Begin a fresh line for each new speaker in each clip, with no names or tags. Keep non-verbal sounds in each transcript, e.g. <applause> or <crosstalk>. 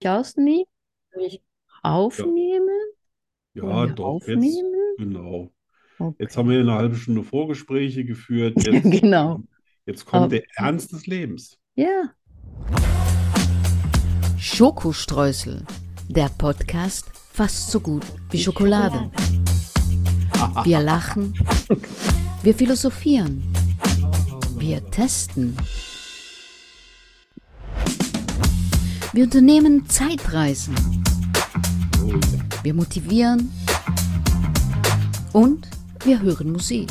das nicht
Nicht.
aufnehmen?
Ja,
Wollen
ja,
wir
doch, jetzt,
aufnehmen?
genau. Jetzt haben
Okay.
wir eine halbe Stunde
<laughs>
Vorgespräche geführt.
Ja,
Jetzt,
genau.
jetzt kommt
Aber,
der Ernst des Lebens.
ja,
Schokostreusel, der Podcast fast so gut wie
wie
Schokolade.
Schokolade.
Wir lachen, wir philosophieren, wir testen, wir unternehmen Zeitreisen,
Oh ja.
wir motivieren und wir hören Musik.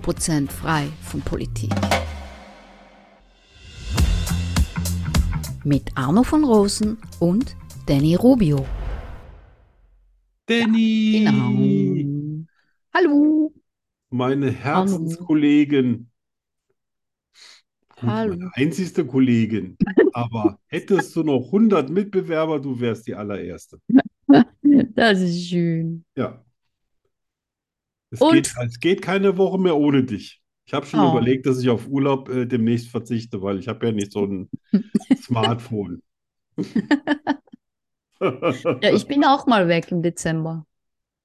Prozent frei von Politik. Mit Arno von Rosen und Danny Rubio.
Danny,
Genau.
hallo, <laughs>
meine
hallo,
Herzenskollegin. Gut, meine
hallo.
einzigste Kollegin. Aber hättest du noch 100 Mitbewerber, du wärst die allererste.
Das ist schön.
Ja, es geht,
Und,
es geht keine Woche mehr ohne dich. Ich habe schon
oh,
überlegt, dass ich auf Urlaub äh, demnächst verzichte, weil ich habe ja nicht so
<laughs>
ein Smartphone. <laughs>
ja, ich bin auch mal weg im Dezember.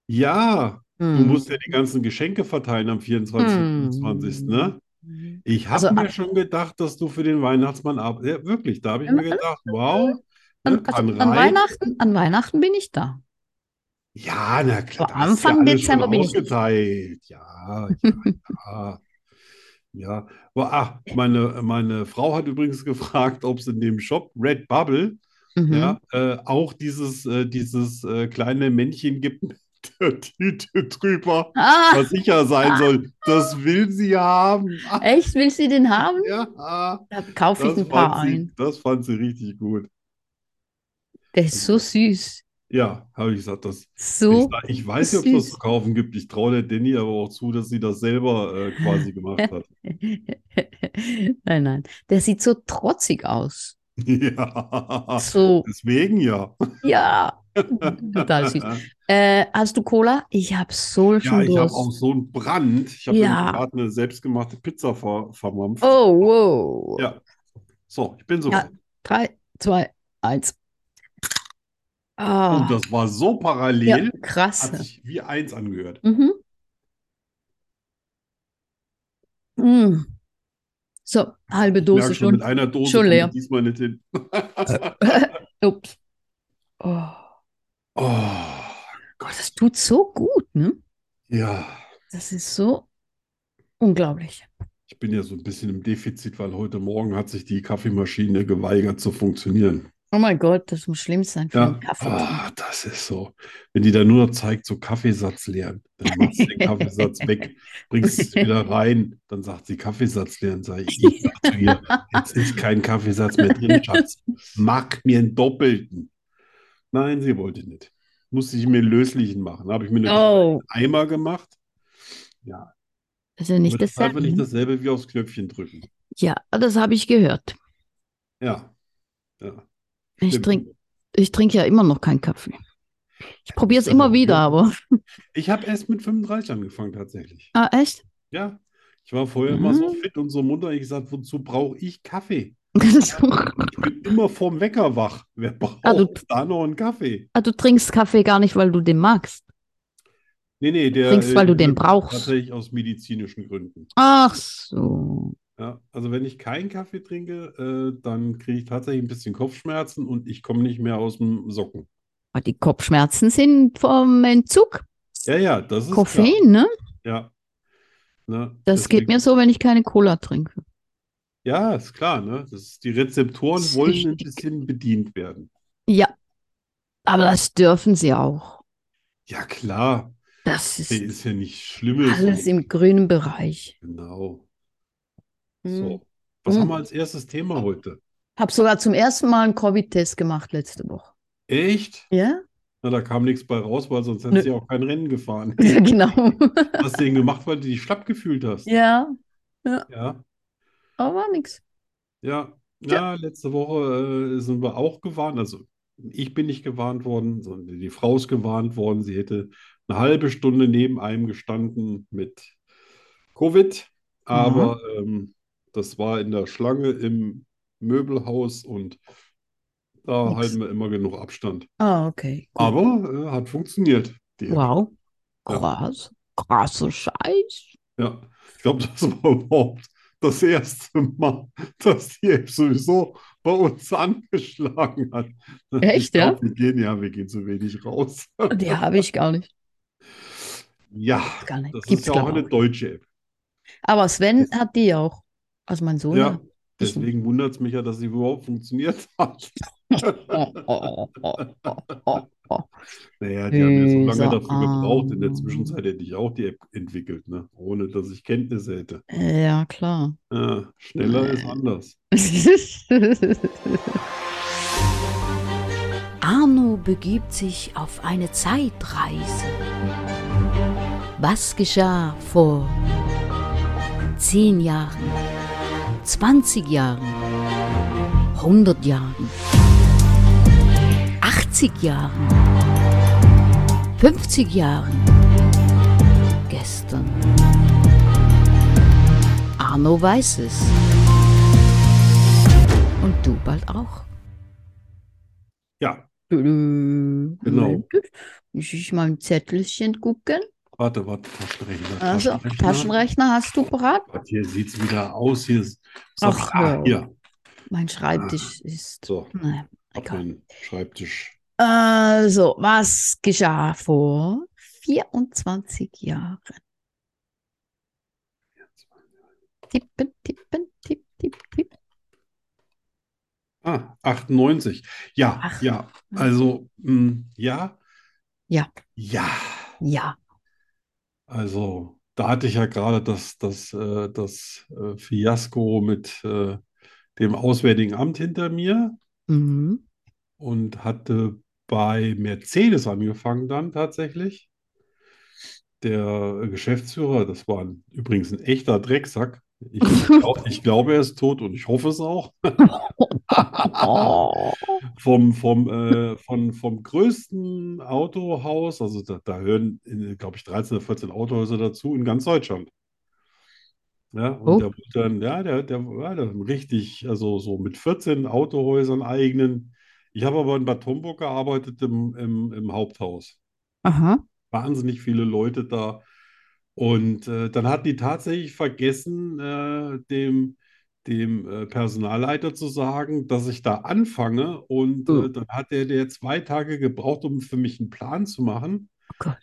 Ja, du
Hm.
musst ja die ganzen Geschenke verteilen am 24. und 25. Ne?
Hm.
Ich
Also,
habe mir schon gedacht, dass du für den Weihnachtsmann arbeitest. Ja, wirklich, da habe ich
an,
mir gedacht, wow, ne,
an- also
kann
an
rein.
Weihnachten, an Weihnachten bin ich da.
Ja, na klar,
Aber
da ist ja
Anfang
alles schon
Dezember bin ich nicht.
ausgeteilt. Ja, ja, ja. Ja, aber ah, meine, meine Frau hat übrigens gefragt, ob es in dem Shop Redbubble ja,
Mhm.
äh, auch dieses, äh, dieses äh, kleine Männchen gibt mit der Tüte drüber,
Ah,
was sicher sein
ah,
soll. Das will sie haben. Ah,
echt, willst du den haben?
ja,
Da kaufe ich
das
ein
fand
paar
sie,
ein.
das fand sie richtig gut.
Der ist so
Also,
süß.
ja, habe ich gesagt, das, ich,
So
sag, ich weiß nicht, ob es das zu
süß.
kaufen gibt. Ich traue der Denny aber auch zu, dass sie das selber äh, quasi gemacht hat. <laughs>
<laughs> Nein, nein. Der sieht so trotzig aus.
Ja,
So,
deswegen ja.
ja, <laughs> total
<laughs>
süß. Äh, hast du Cola? Ich habe so
Ja,
schon
ich habe auch
Durst.
so einen Brand. Ich habe nämlich
Ja.
gerade eine selbstgemachte Pizza ver vermampft.
Oh, wow.
Ja, so, ich bin
Ja,
soweit.
drei, zwei, eins.
Und
Ah,
das war so
ja,
parallel,
krass.
hat sich wie eins angehört.
Mhm. Mm. So, halbe
Ich merke
Dose
schon, mit
schon,
einer Dose
schon
komme ich
leer.
diesmal nicht hin.
Ups. Oh,
Oh
Gott, das
Gott,
tut so gut, ne?
ja.
Das ist so unglaublich.
Ich bin ja so ein bisschen im Defizit, weil heute Morgen hat sich die Kaffeemaschine geweigert zu funktionieren.
Oh mein Gott, das muss schlimm sein für einen
Ja,
Kaffee
ah,
trinken.
das ist so. Wenn die dann nur noch zeigt, so Kaffeesatz leeren, dann machst du
<laughs>
den Kaffeesatz weg, bringst es wieder rein, dann sagt sie Kaffeesatz leeren. Sag ich, ich sag zu ihr, jetzt ist kein Kaffeesatz mehr drin, Schatz. Mach mir einen doppelten. Nein, sie wollte nicht. Musste ich mir einen löslichen machen. Da habe ich mir einen kleinen
Oh,
Eimer gemacht. Ja,
das ist ja
aber
nicht
das ist einfach
dasselbe,
nicht
ne?
dasselbe wie aufs Knöpfchen drücken.
Ja, das habe ich gehört.
Ja, ja,
Ich
stimmt.
trinke ich trink ja immer noch keinen Kaffee. Ich probiere es
Das ist
immer
auch
wieder, aber.
Ich habe erst mit 35 angefangen, tatsächlich.
Ah, echt? <laughs>
Ja, ich war vorher immer so
Mhm.
fit und so munter. Ich gesagt, wozu brauche ich Kaffee? Ja, ich bin immer vorm Wecker wach. Wer
Ah, du,
braucht da noch einen Kaffee?
ah, du trinkst Kaffee gar nicht, weil du den magst.
Nee, nee,
Du
der
trinkst,
äh,
weil du den
wirkt
brauchst.
tatsächlich aus medizinischen Gründen.
Ach so.
Ja, also wenn ich keinen Kaffee trinke, äh, dann kriege ich tatsächlich ein bisschen Kopfschmerzen und ich komme nicht mehr aus dem Socken.
Aber Ah, die Kopfschmerzen sind vom Entzug.
Ja, ja, das ist klar.
Koffein, ne?
Ja, ne,
Das geht mir
deswegen.
so, wenn ich keine Cola trinke.
Ja, ist klar, ne? Das ist, die
Das
Rezeptoren
ist
wollen ein
richtig.
bisschen bedient werden.
Ja, aber das dürfen sie auch.
Ja, klar.
Das
Kaffee
ist
ist ja nichts Schlimmes
Alles
und
im grünen Bereich.
genau.
Mhm.
Hm.
So. Was haben
Mhm.
wir als erstes Thema heute?
Habe sogar zum ersten Mal einen Covid-Test gemacht letzte Woche.
Echt?
<laughs>
Ja?
Na, da kam nichts bei raus, weil sonst hättest
Nö.
du ja auch kein
<laughs>
Rennen gefahren.
Ja,
<laughs>
genau.
Hast du den gemacht, weil du dich schlapp gefühlt hast?
Ja, ja,
Ja,
aber war nix.
ja.
Tja.
Ja, letzte Woche äh, sind wir auch gewarnt. Also ich bin nicht gewarnt worden, sondern die Frau ist gewarnt worden. Sie hätte eine halbe Stunde neben einem gestanden mit Covid.
Ja.
Aber ähm, Das war in der Schlange im Möbelhaus und da
Nix.
halten wir immer genug Abstand.
Ah, okay. gut.
Aber äh, hat funktioniert. Die App.
Wow.
Ja.
Krass. Krasser
<laughs>
Scheiß.
Ja, ich glaube, das war überhaupt das erste Mal, <laughs> dass die App sowieso bei uns angeschlagen hat. Ich
Echt, ja?
glaub, Wir gehen, ja, wir gehen zu wenig raus. <laughs>
Die habe ich gar nicht.
Ja,
Gar nicht.
das ist
Gibt's
ja auch
glaub
eine
ich.
deutsche App.
Aber Sven hat die auch. Also mein Sohn.
Ja,
hat-
deswegen wundert es mich ja, dass sie überhaupt funktioniert <laughs> hat.
Oh, oh, oh, oh, oh, oh.
Naja, die haben ja so lange
Böser
dafür gebraucht. In der
Arm.
Zwischenzeit hätte ich auch die App entwickelt, ne? Ohne dass ich Kenntnisse hätte.
Ja,
<laughs>
klar.
Ja, schneller ist
Nee.
anders.
Arno begibt sich auf eine Zeitreise. Was geschah vor 10 Jahren, 20 Jahren, 100 Jahren, 80 Jahren, 50 Jahren, gestern? Arno weiß es. Und du bald auch.
Ja,
genau. Muss ich mal ein Zettelchen gucken?
warte, warte, Taschenrechner,
Also, Taschenrechner hast du parat?
Gott, hier sieht es wieder aus. Hier ist,
Ach, Oh
ah,
ja.
hier.
Mein Schreibtisch ist.
Ah. So,
Naja,
auf
egal.
meinen Schreibtisch.
Also, was geschah vor 24 Jahren? Tippen, tippen, tipp, tipp, tipp.
Ah, 98. Ja,
Ach.
ja. Also, mh, ja.
Ja.
Ja.
Ja,
Also, da hatte ich ja gerade das, das, äh, das äh, Fiasko mit äh, dem Auswärtigen Amt hinter mir
mhm.
und hatte bei Mercedes angefangen dann tatsächlich. Der Geschäftsführer, das war ein, übrigens ein echter Drecksack. Ich, glaub, ich glaube, er ist tot und ich hoffe es auch.
Oh.
Vom, vom, äh, von, vom größten Autohaus, also da, da hören, glaube ich, 13 oder 14 Autohäuser dazu in ganz Deutschland. Ja, und
Oh.
der wurde dann, ja, der, der war dann richtig, also so mit 14 Autohäusern eigenen. Ich habe aber in Bad Homburg gearbeitet im, im, im Haupthaus
Aha.
wahnsinnig viele Leute da. Und äh, dann hatten die tatsächlich vergessen, äh, dem, dem äh, Personalleiter zu sagen, dass ich da anfange. Und
Oh.
äh, dann hat der, der zwei Tage gebraucht, um für mich einen Plan zu machen.
Oh Gott.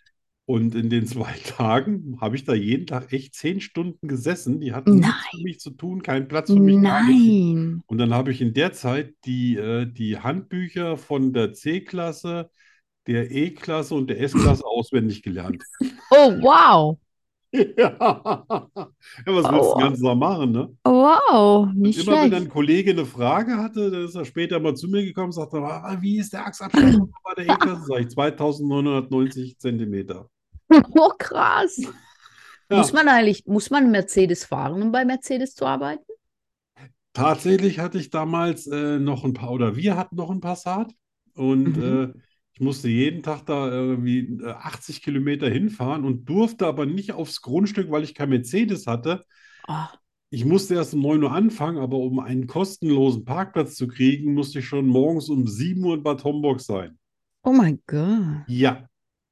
Und in den <laughs> zwei Tagen habe ich da jeden Tag echt zehn Stunden gesessen. Die hatten nichts für
Nein.
mich zu tun, keinen Platz für mich. gar nichts.
Nein.
Und dann habe ich in der Zeit die, äh, die Handbücher von der C-Klasse, der E-Klasse und
<clears throat>
der S-Klasse
<laughs>
auswendig gelernt.
Oh, wow.
Ja. Ja, was willst du den
Aua.
ganzen Tag machen, ne?
Wow, nicht
Immer wenn ein
schlecht.
Kollege eine Frage hatte, dann ist er später mal zu mir gekommen und sagte, ah, wie ist der Achsabstand bei der E-Klasse? Sag ich 2990 Zentimeter.
<laughs> Oh, krass.
Ja.
Muss man eigentlich, muss man Mercedes fahren, um bei Mercedes zu arbeiten?
Tatsächlich hatte ich damals äh, noch ein paar, oder wir hatten noch ein Passat und
Mhm.
äh, ich musste jeden Tag da irgendwie äh, 80 Kilometer hinfahren und durfte aber nicht aufs Grundstück, weil ich kein Mercedes hatte.
Ah,
Ich musste erst um 9 Uhr anfangen, aber um einen kostenlosen Parkplatz zu kriegen, musste ich schon morgens um 7 Uhr in Bad Homburg sein.
Oh mein Gott.
Ja,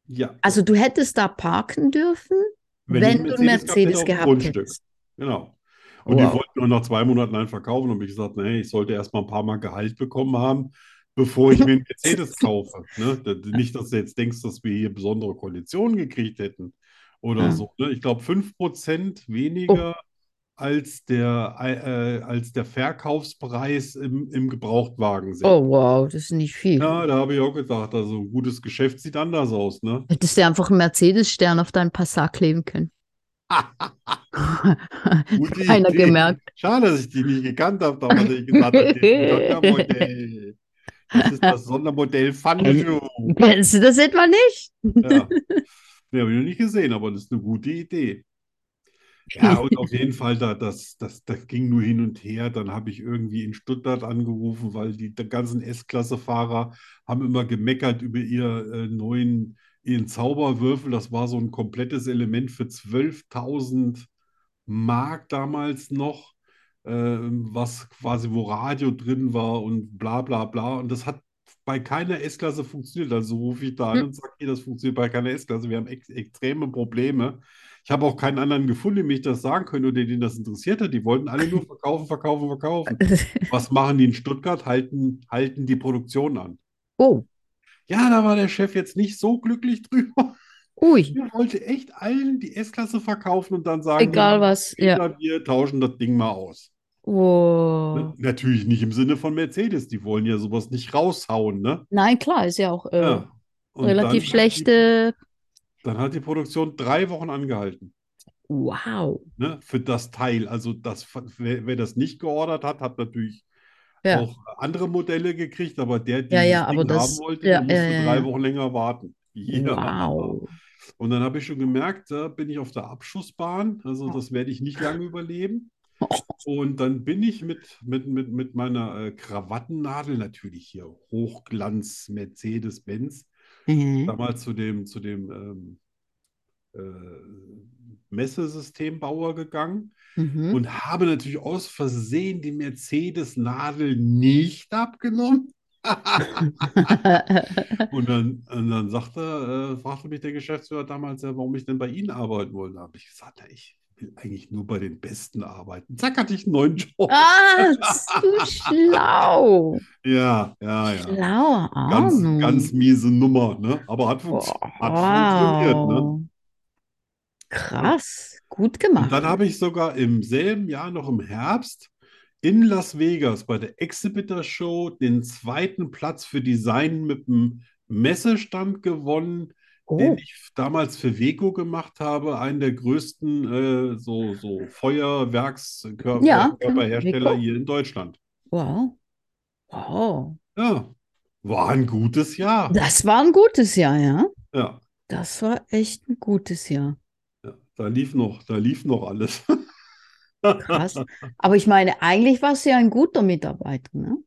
ja.
Also du hättest da parken dürfen,
ich
wenn du einen Mercedes
auf dem
gehabt
Grundstück.
hättest.
Genau. Und die
Wow.
wollten nur nach zwei Monaten einen verkaufen und ich gesagt, nee, ich sollte erst mal ein paar Mal Gehalt bekommen haben, bevor ich mir einen
<laughs>
Mercedes kaufe. Ne? Da- Nicht, dass du jetzt denkst, dass wir hier besondere Konditionen gekriegt hätten oder
Ja. Oh.
so. Ne? Ich glaube, 5% weniger als der, äh, als der Verkaufspreis im, im Gebrauchtwagen-Sektor.
Oh wow, das ist nicht viel.
Ja, da habe ich auch gedacht, also ein gutes Geschäft sieht anders aus, ne?
Hättest du einfach einen Mercedes-Stern auf deinen Passat kleben können.
Gute
<laughs> Keiner
Idee.
gemerkt.
<laughs> Schade, dass ich die nicht gekannt habe, damals hätte ich gesagt, das ist ein Sondermodell. Das ist das Sondermodell Fangio.
Kennst du <laughs> das etwa nicht? <laughs>
Ja. Nee, habe ich noch nicht gesehen, aber das ist eine gute Idee.
<laughs>
Ja, und auf jeden Fall, da, das, das, das ging nur hin und her. Dann habe ich irgendwie in Stuttgart angerufen, weil die, die ganzen S-Klasse-Fahrer haben immer gemeckert über ihr äh, neuen ihren Zauberwürfel. Das war so ein komplettes Element für 12.000 Mark damals noch. äh, was quasi, wo Radio drin war und bla bla bla. Und das hat bei keiner S-Klasse funktioniert. Also rufe ich da an
Hm.
und sage, hey, das funktioniert bei keiner S-Klasse. Wir haben ex extreme Probleme. Ich habe auch keinen anderen gefunden, dem ich das sagen könnte oder den das interessiert hat. Die wollten alle nur verkaufen,
<laughs>
verkaufen, verkaufen. Was machen die in Stuttgart? Halten, halten die Produktion an.
Oh,
Ja, da war der Chef jetzt nicht so glücklich drüber. <laughs>
ui,
Er wollte echt allen die S-Klasse verkaufen und dann sagen,
egal was. Ja.
Kinder, wir tauschen das Ding mal aus. Ne?
Oh.
Natürlich nicht im Sinne von Mercedes, die wollen ja sowas nicht raushauen, ne?
Nein, klar, ist ja auch äh,
Ja. Und dann hat
relativ
die-
schlechte.
Dann hat die Produktion drei Wochen angehalten,
Wow.
ne? Für das Teil. Also das, wer, wer das nicht geordert hat, hat natürlich
Ja.
auch andere Modelle gekriegt, aber der, der
Ja, ja,
dieses
aber
Ding
das-
haben wollte,
ja,
der
ja,
musste
ja,
drei
ja.
Wochen länger warten. <laughs> Ja.
Wow.
Und dann habe ich schon gemerkt, da bin ich auf der Abschussbahn, also das werde ich nicht
<laughs>
lange überleben. Und dann bin ich mit, mit, mit, mit meiner äh, Krawattennadel natürlich hier, Hochglanz Mercedes-Benz,
Mhm.
damals zu dem, zu dem ähm, äh, Messesystembauer gegangen
Mhm.
und habe natürlich aus Versehen die Mercedes-Nadel nicht abgenommen. Und dann, und dann sagte, äh, fragte mich der Geschäftsführer damals, ja, warum ich denn bei Ihnen arbeiten wollte. Da habe ich gesagt, na, ich will eigentlich nur bei den Besten arbeiten. Zack, hatte ich einen neuen Job.
<laughs> Ah, zu schlau.
Ja, ja, ja.
Schlauer
Ganz,
Arno.
ganz miese Nummer, ne? Aber hat, funktio hat funktioniert, ne?
Wow. Krass, gut
Und
gemacht.
dann habe ich sogar im selben Jahr, noch im Herbst, in Las Vegas bei der Exhibitor Show den zweiten Platz für Design mit dem Messestand gewonnen. den
Oh,
ich damals für Weco gemacht habe, einen der größten äh, so, so Feuerwerkskörper
Ja, klar,
Körperhersteller
Weco.
hier in Deutschland.
wow. Wow.
Ja, war ein gutes Jahr.
Das war ein gutes Jahr, ja.
Ja,
Das war echt ein gutes Jahr.
ja, da lief noch, da lief noch alles. <laughs>
Krass. Aber ich meine, eigentlich warst du ja ein guter Mitarbeiter, ne?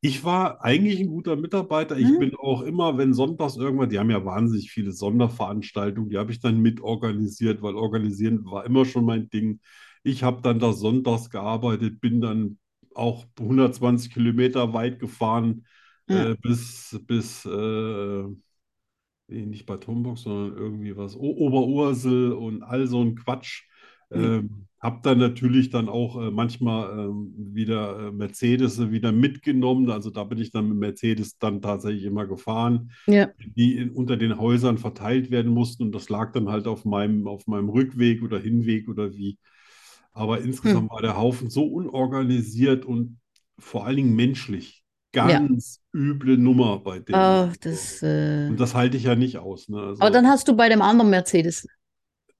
Ich war eigentlich ein guter Mitarbeiter. Ich
Mhm.
bin auch immer, wenn sonntags irgendwann, die haben ja wahnsinnig viele Sonderveranstaltungen, die habe ich dann mitorganisiert, weil organisieren war immer schon mein Ding. Ich habe dann da sonntags gearbeitet, bin dann auch 120 Kilometer weit gefahren,
Ja.
äh, bis, bis äh, nee, nicht Bad Homburg, sondern irgendwie was, o Oberursel und all so ein Quatsch. Ähm, hab dann natürlich dann auch äh, manchmal ähm, wieder äh, Mercedes wieder mitgenommen. Also da bin ich dann mit Mercedes dann tatsächlich immer gefahren,
Ja.
die in, unter den Häusern verteilt werden mussten. Und das lag dann halt auf meinem, auf meinem Rückweg oder Hinweg oder wie. Aber
Hm.
insgesamt war der Haufen so unorganisiert und vor allen Dingen menschlich. Ganz üble Nummer bei denen.
Ach, das, äh...
Und das halte ich ja nicht aus. Ne? Also,
Oh. Aber dann hast du bei dem anderen Mercedes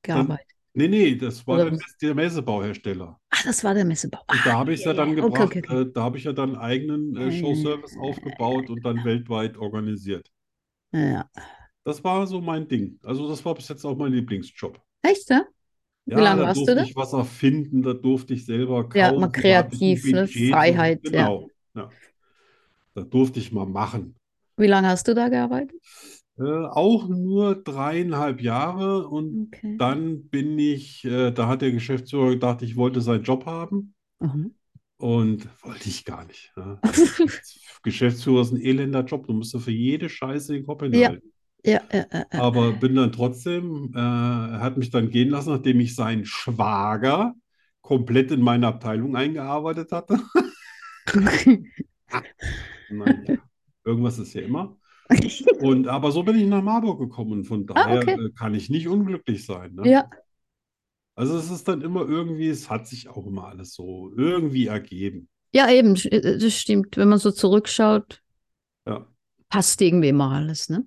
gearbeitet.
nee, nee, das war
Oder
der,
was?
Mess- der Messebauhersteller.
Ach, das war der Messebau.
Und da habe ich es ja dann gebracht,
Okay, okay, okay.
Äh, da habe ich ja dann eigenen
Mhm.
äh, Showservice aufgebaut und dann weltweit organisiert.
Ja.
Das war so mein Ding. Also das war bis jetzt auch mein Lieblingsjob.
Echt, ja?
Wie
lange
da
warst du
durfte
da?
ich was erfinden, da durfte ich selber
Ja,
kaufen,
mal
da hatte ich ein
kreativ, ne?
Budget für-
Freiheit, ja.
Genau, ja. Da durfte ich mal machen.
Wie lange hast du da gearbeitet?
Äh, auch nur dreieinhalb Jahre und
Okay.
Dann bin ich, äh, da hat der Geschäftsführer gedacht, ich wollte seinen Job haben
Mhm.
und wollte ich gar nicht. Ne? Geschäftsführer ist ein elender Job, du musst dir für jede Scheiße den Kopf hinhalten.
<laughs> Ja, ja, ja, ja.
Aber bin dann trotzdem, äh, er hat mich dann gehen lassen, nachdem ich seinen Schwager komplett in meine Abteilung eingearbeitet hatte. <laughs> Naja, irgendwas ist ja immer. Und aber so bin ich nach Marburg gekommen und von
Ah,
daher
okay.
äh, kann ich nicht unglücklich sein. Ne?
Ja,
Also es ist dann immer irgendwie, es hat sich auch immer alles so irgendwie ergeben.
<laughs> ja, eben, sch- äh, das stimmt. Wenn man so zurückschaut,
Ja.
passt irgendwie immer alles, ne?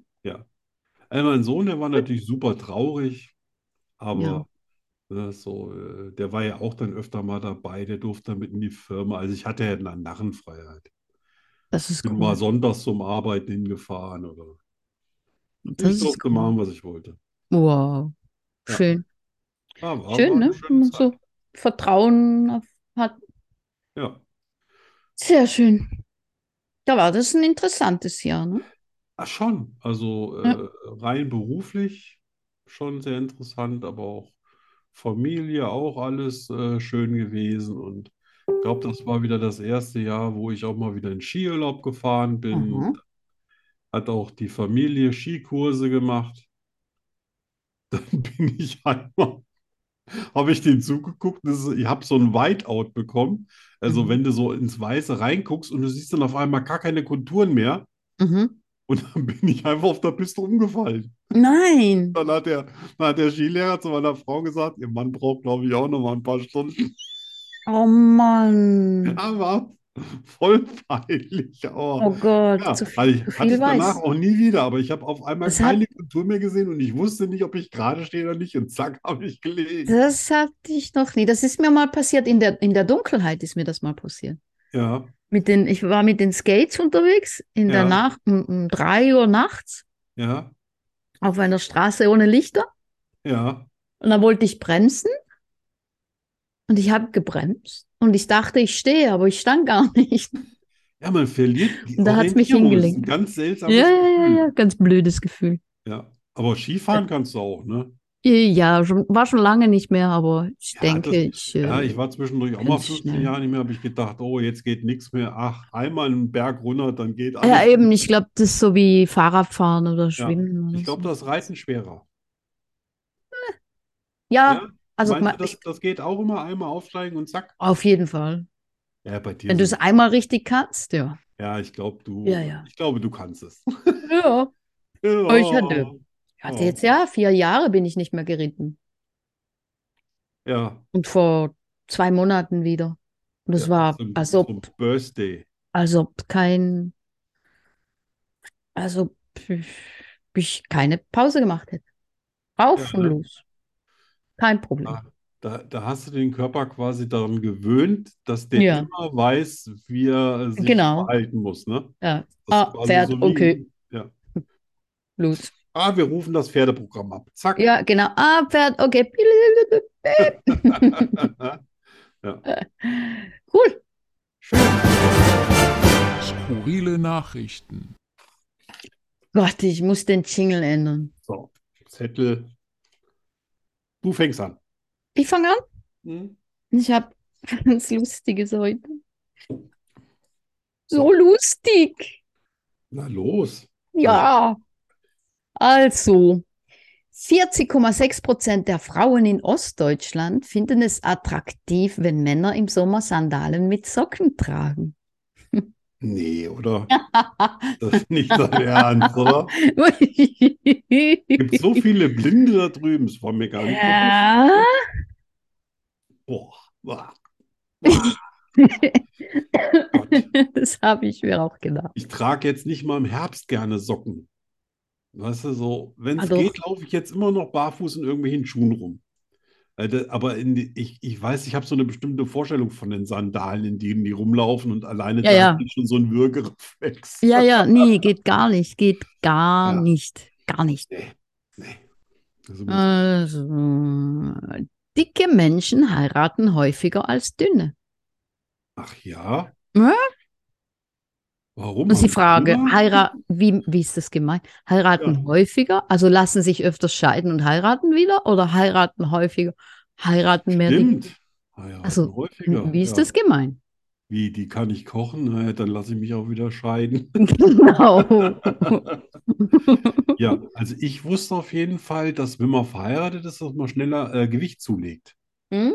Also mein Sohn, der war natürlich super traurig,
Ja.
aber ne, so, äh, der war ja auch dann öfter mal dabei, der durfte dann mit in die Firma. Also ich hatte ja eine Narrenfreiheit.
Das ist
Bin
cool.
mal sonntags zum Arbeiten hingefahren oder
Das
ich
ist
durfte
cool.
machen, was ich wollte.
Wow.
Ja.
Schön.
Ja, war,
Schön,
war eine
ne? Wenn
schöne
man
Zeit.
so Vertrauen auf- hat.
Ja.
Sehr schön. Da war das ein interessantes Jahr, ne?
Ach schon, also
Ja.
äh, rein beruflich schon sehr interessant, aber auch Familie auch alles äh, schön gewesen und Ich glaube, das war wieder das erste Jahr, wo ich auch mal wieder in Skiurlaub gefahren bin.
Mhm.
Hat auch die Familie Skikurse gemacht. <laughs> Dann bin ich einmal, habe ich denen zugeguckt. Das ist, ich habe so ein Whiteout bekommen. Also,
Mhm.
wenn du so ins Weiße reinguckst und du siehst dann auf einmal gar keine Konturen mehr.
Mhm.
Und dann bin ich einfach auf der Piste umgefallen.
Nein.
Dann hat der, dann hat der Skilehrer zu meiner Frau gesagt, ihr Mann braucht, glaube ich, auch noch mal ein paar Stunden. <laughs>
Oh Mann.
Aber voll peinlich. Aua.
Oh Gott.
Ja,
Zu
hatte
zu
ich, hatte ich
viel weiß.
danach auch nie wieder, aber ich habe auf einmal
Das hat-
keine Kontur mehr gesehen und ich wusste nicht, ob ich gerade stehe oder nicht. Und zack, <laughs> habe ich gelegen.
Das hatte ich noch nie. Das ist mir mal passiert. In der, in der Dunkelheit ist mir das mal passiert.
Ja,
Mit den, ich war mit den Skates unterwegs in der
Ja.
Nacht, um, um drei Uhr nachts
ja,
auf einer Straße ohne Lichter.
ja.
Und dann wollte ich bremsen. Und ich habe gebremst. Und ich dachte, ich stehe, aber ich stand gar <laughs> nicht.
Ja, man verliert die
Und da hat's mich
Orientierung. Das ist
hingelenkt.
ein ganz seltsames
Ja, ja, ja,
Gefühl.
ja. Ganz blödes Gefühl.
Ja. Aber Skifahren kannst du auch, ne?
Ja, schon, war schon lange nicht mehr, aber ich
Ja,
denke,
das-
ich. äh,
Ja, ich war zwischendurch auch mal
Ganz
15
schnell.
Jahre nicht mehr, habe ich gedacht, oh, jetzt geht nichts mehr. Ach, einmal einen Berg runter, dann geht
ja,
alles.
eben, ich glaube, das ist so wie Fahrradfahren oder Schwimmen. oder
Ich glaube,
so.
das Reiten schwerer.
Ja,
ja?
also
Meinst
ma-
du, das, das geht auch immer einmal aufsteigen und zack?
auf jeden Fall.
Ja, bei dir.
Wenn du es
sind-
einmal richtig kannst, ja.
ja, ich glaube, du,
Ja, ja.
ich glaube, du
<laughs>
kannst es.
Ja,
Ja.
ich hatte- ich hatte jetzt ja vier Jahre bin ich nicht mehr geritten.
Ja.
Und vor zwei Monaten wieder. Und das
Ja,
war, also
zum,
als ob,
zum Birthday.
als ob kein, also ich keine Pause gemacht hätte. Rauf
Ja,
und
ne?
los. Kein Problem.
Ah, Da, da hast du den Körper quasi daran gewöhnt, dass der
Ja.
immer weiß, wie er sich
Genau.
verhalten muss, ne?
Ja,
Das ist
Ah,
quasi
Pferd,
so wie-
okay.
Ja.
los.
Ah, wir rufen das Pferdeprogramm ab. Zack.
Ja, genau. Ah, Pferd, okay.
<laughs>
<laughs> Cool.
Skurrile Nachrichten.
Gott, ich muss den Jingle ändern.
So, Zettel. Du fängst an.
Ich fange an. Ich habe <laughs> ganz Lustiges heute. So lustig.
Na los.
Ja. Also, 40,6 Prozent der Frauen in Ostdeutschland finden es attraktiv, wenn Männer im Sommer Sandalen mit Socken tragen.
Nee, oder? Das ist nicht dein Ernst, oder?
<laughs>
Gibt so viele Blinde da drüben, es war mir gar nicht bewusst.
ja.
Boah. Boah. Boah. Gott.
Das habe ich mir auch gedacht.
Ich trage jetzt nicht mal im Herbst gerne Socken. Weißt du, so, wenn es
Ah, doch.
geht, laufe ich jetzt immer noch barfuß in irgendwelchen Schuhen rum. Äh, da- Aber in die, ich, ich weiß, ich habe so eine bestimmte Vorstellung von den Sandalen, in denen die rumlaufen und alleine
Ja,
da
ja.
ist schon so ein Würgereflex.
Ja, ja, <laughs> nee, geht gar nicht, geht gar
Ja.
nicht, gar nicht.
Also,
Also, dicke Menschen heiraten häufiger als dünne.
ach ja?
Ja?
Warum?
Das ist die
Haben
Frage, Halt
Hunger?
heira wie, wie ist das gemeint? Heiraten
Ja.
häufiger, also lassen sich öfters scheiden und heiraten wieder oder heiraten häufiger, heiraten mehr Dinge?
Stimmt. Heiraten
Also,
häufiger.
Wie ist
ja.
das gemeint? <laughs>
Wie, die kann ich kochen? Na ja, dann lasse ich mich auch wieder scheiden.
Genau. <laughs>
Ja, also ich wusste auf jeden Fall, dass wenn man verheiratet ist, dass man schneller äh, Gewicht zulegt.
Hm?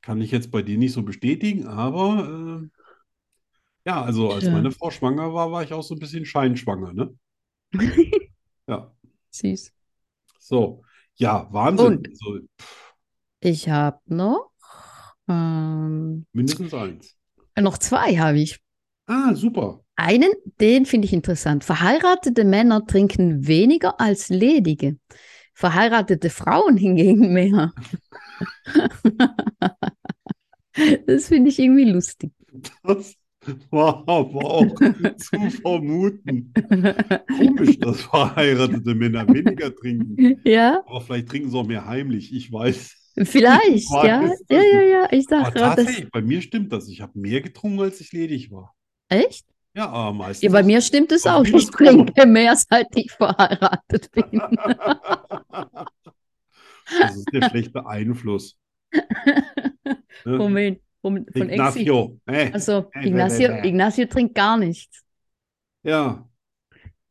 Kann ich jetzt bei dir nicht so bestätigen, aber äh, ja, also als
Tja.
meine Frau schwanger war, war ich auch so ein bisschen
<laughs>
scheinschwanger, ne? Ja,
Süß.
so. Ja, Wahnsinn.
Und?
Also
Ich habe noch, ähm,
mindestens eins.
noch zwei habe ich.
Ah, super.
Einen, den finde ich interessant. Verheiratete Männer trinken weniger als ledige. Verheiratete Frauen hingegen mehr. <laughs> Das finde ich irgendwie <laughs> lustig.
Das <laughs> war
<laughs>
aber auch zu vermuten. Komisch, dass verheiratete Männer weniger trinken.
Ja,
Aber vielleicht trinken sie auch mehr heimlich. Ich weiß.
vielleicht, ja.
Weiß
Ja,
es
ja, ja. Ich
Aber
dachte gerade, das.
tatsächlich, bei mir stimmt das. Ich habe mehr getrunken, als ich ledig war.
Echt?
Ja, aber meistens.
Ja, bei mir stimmt es
Bei
auch.
mir
Ich <laughs>
ist Kummer.
trinke mehr, seit ich verheiratet bin. <laughs>
Das ist der schlechte Einfluss. Ne?
<laughs> Moment. Vom, von Exi.
Ignacio. Hey,
Also,
Hey,
Ignacio,
wer, wer, wer?
Ignacio trinkt gar nichts.
ja,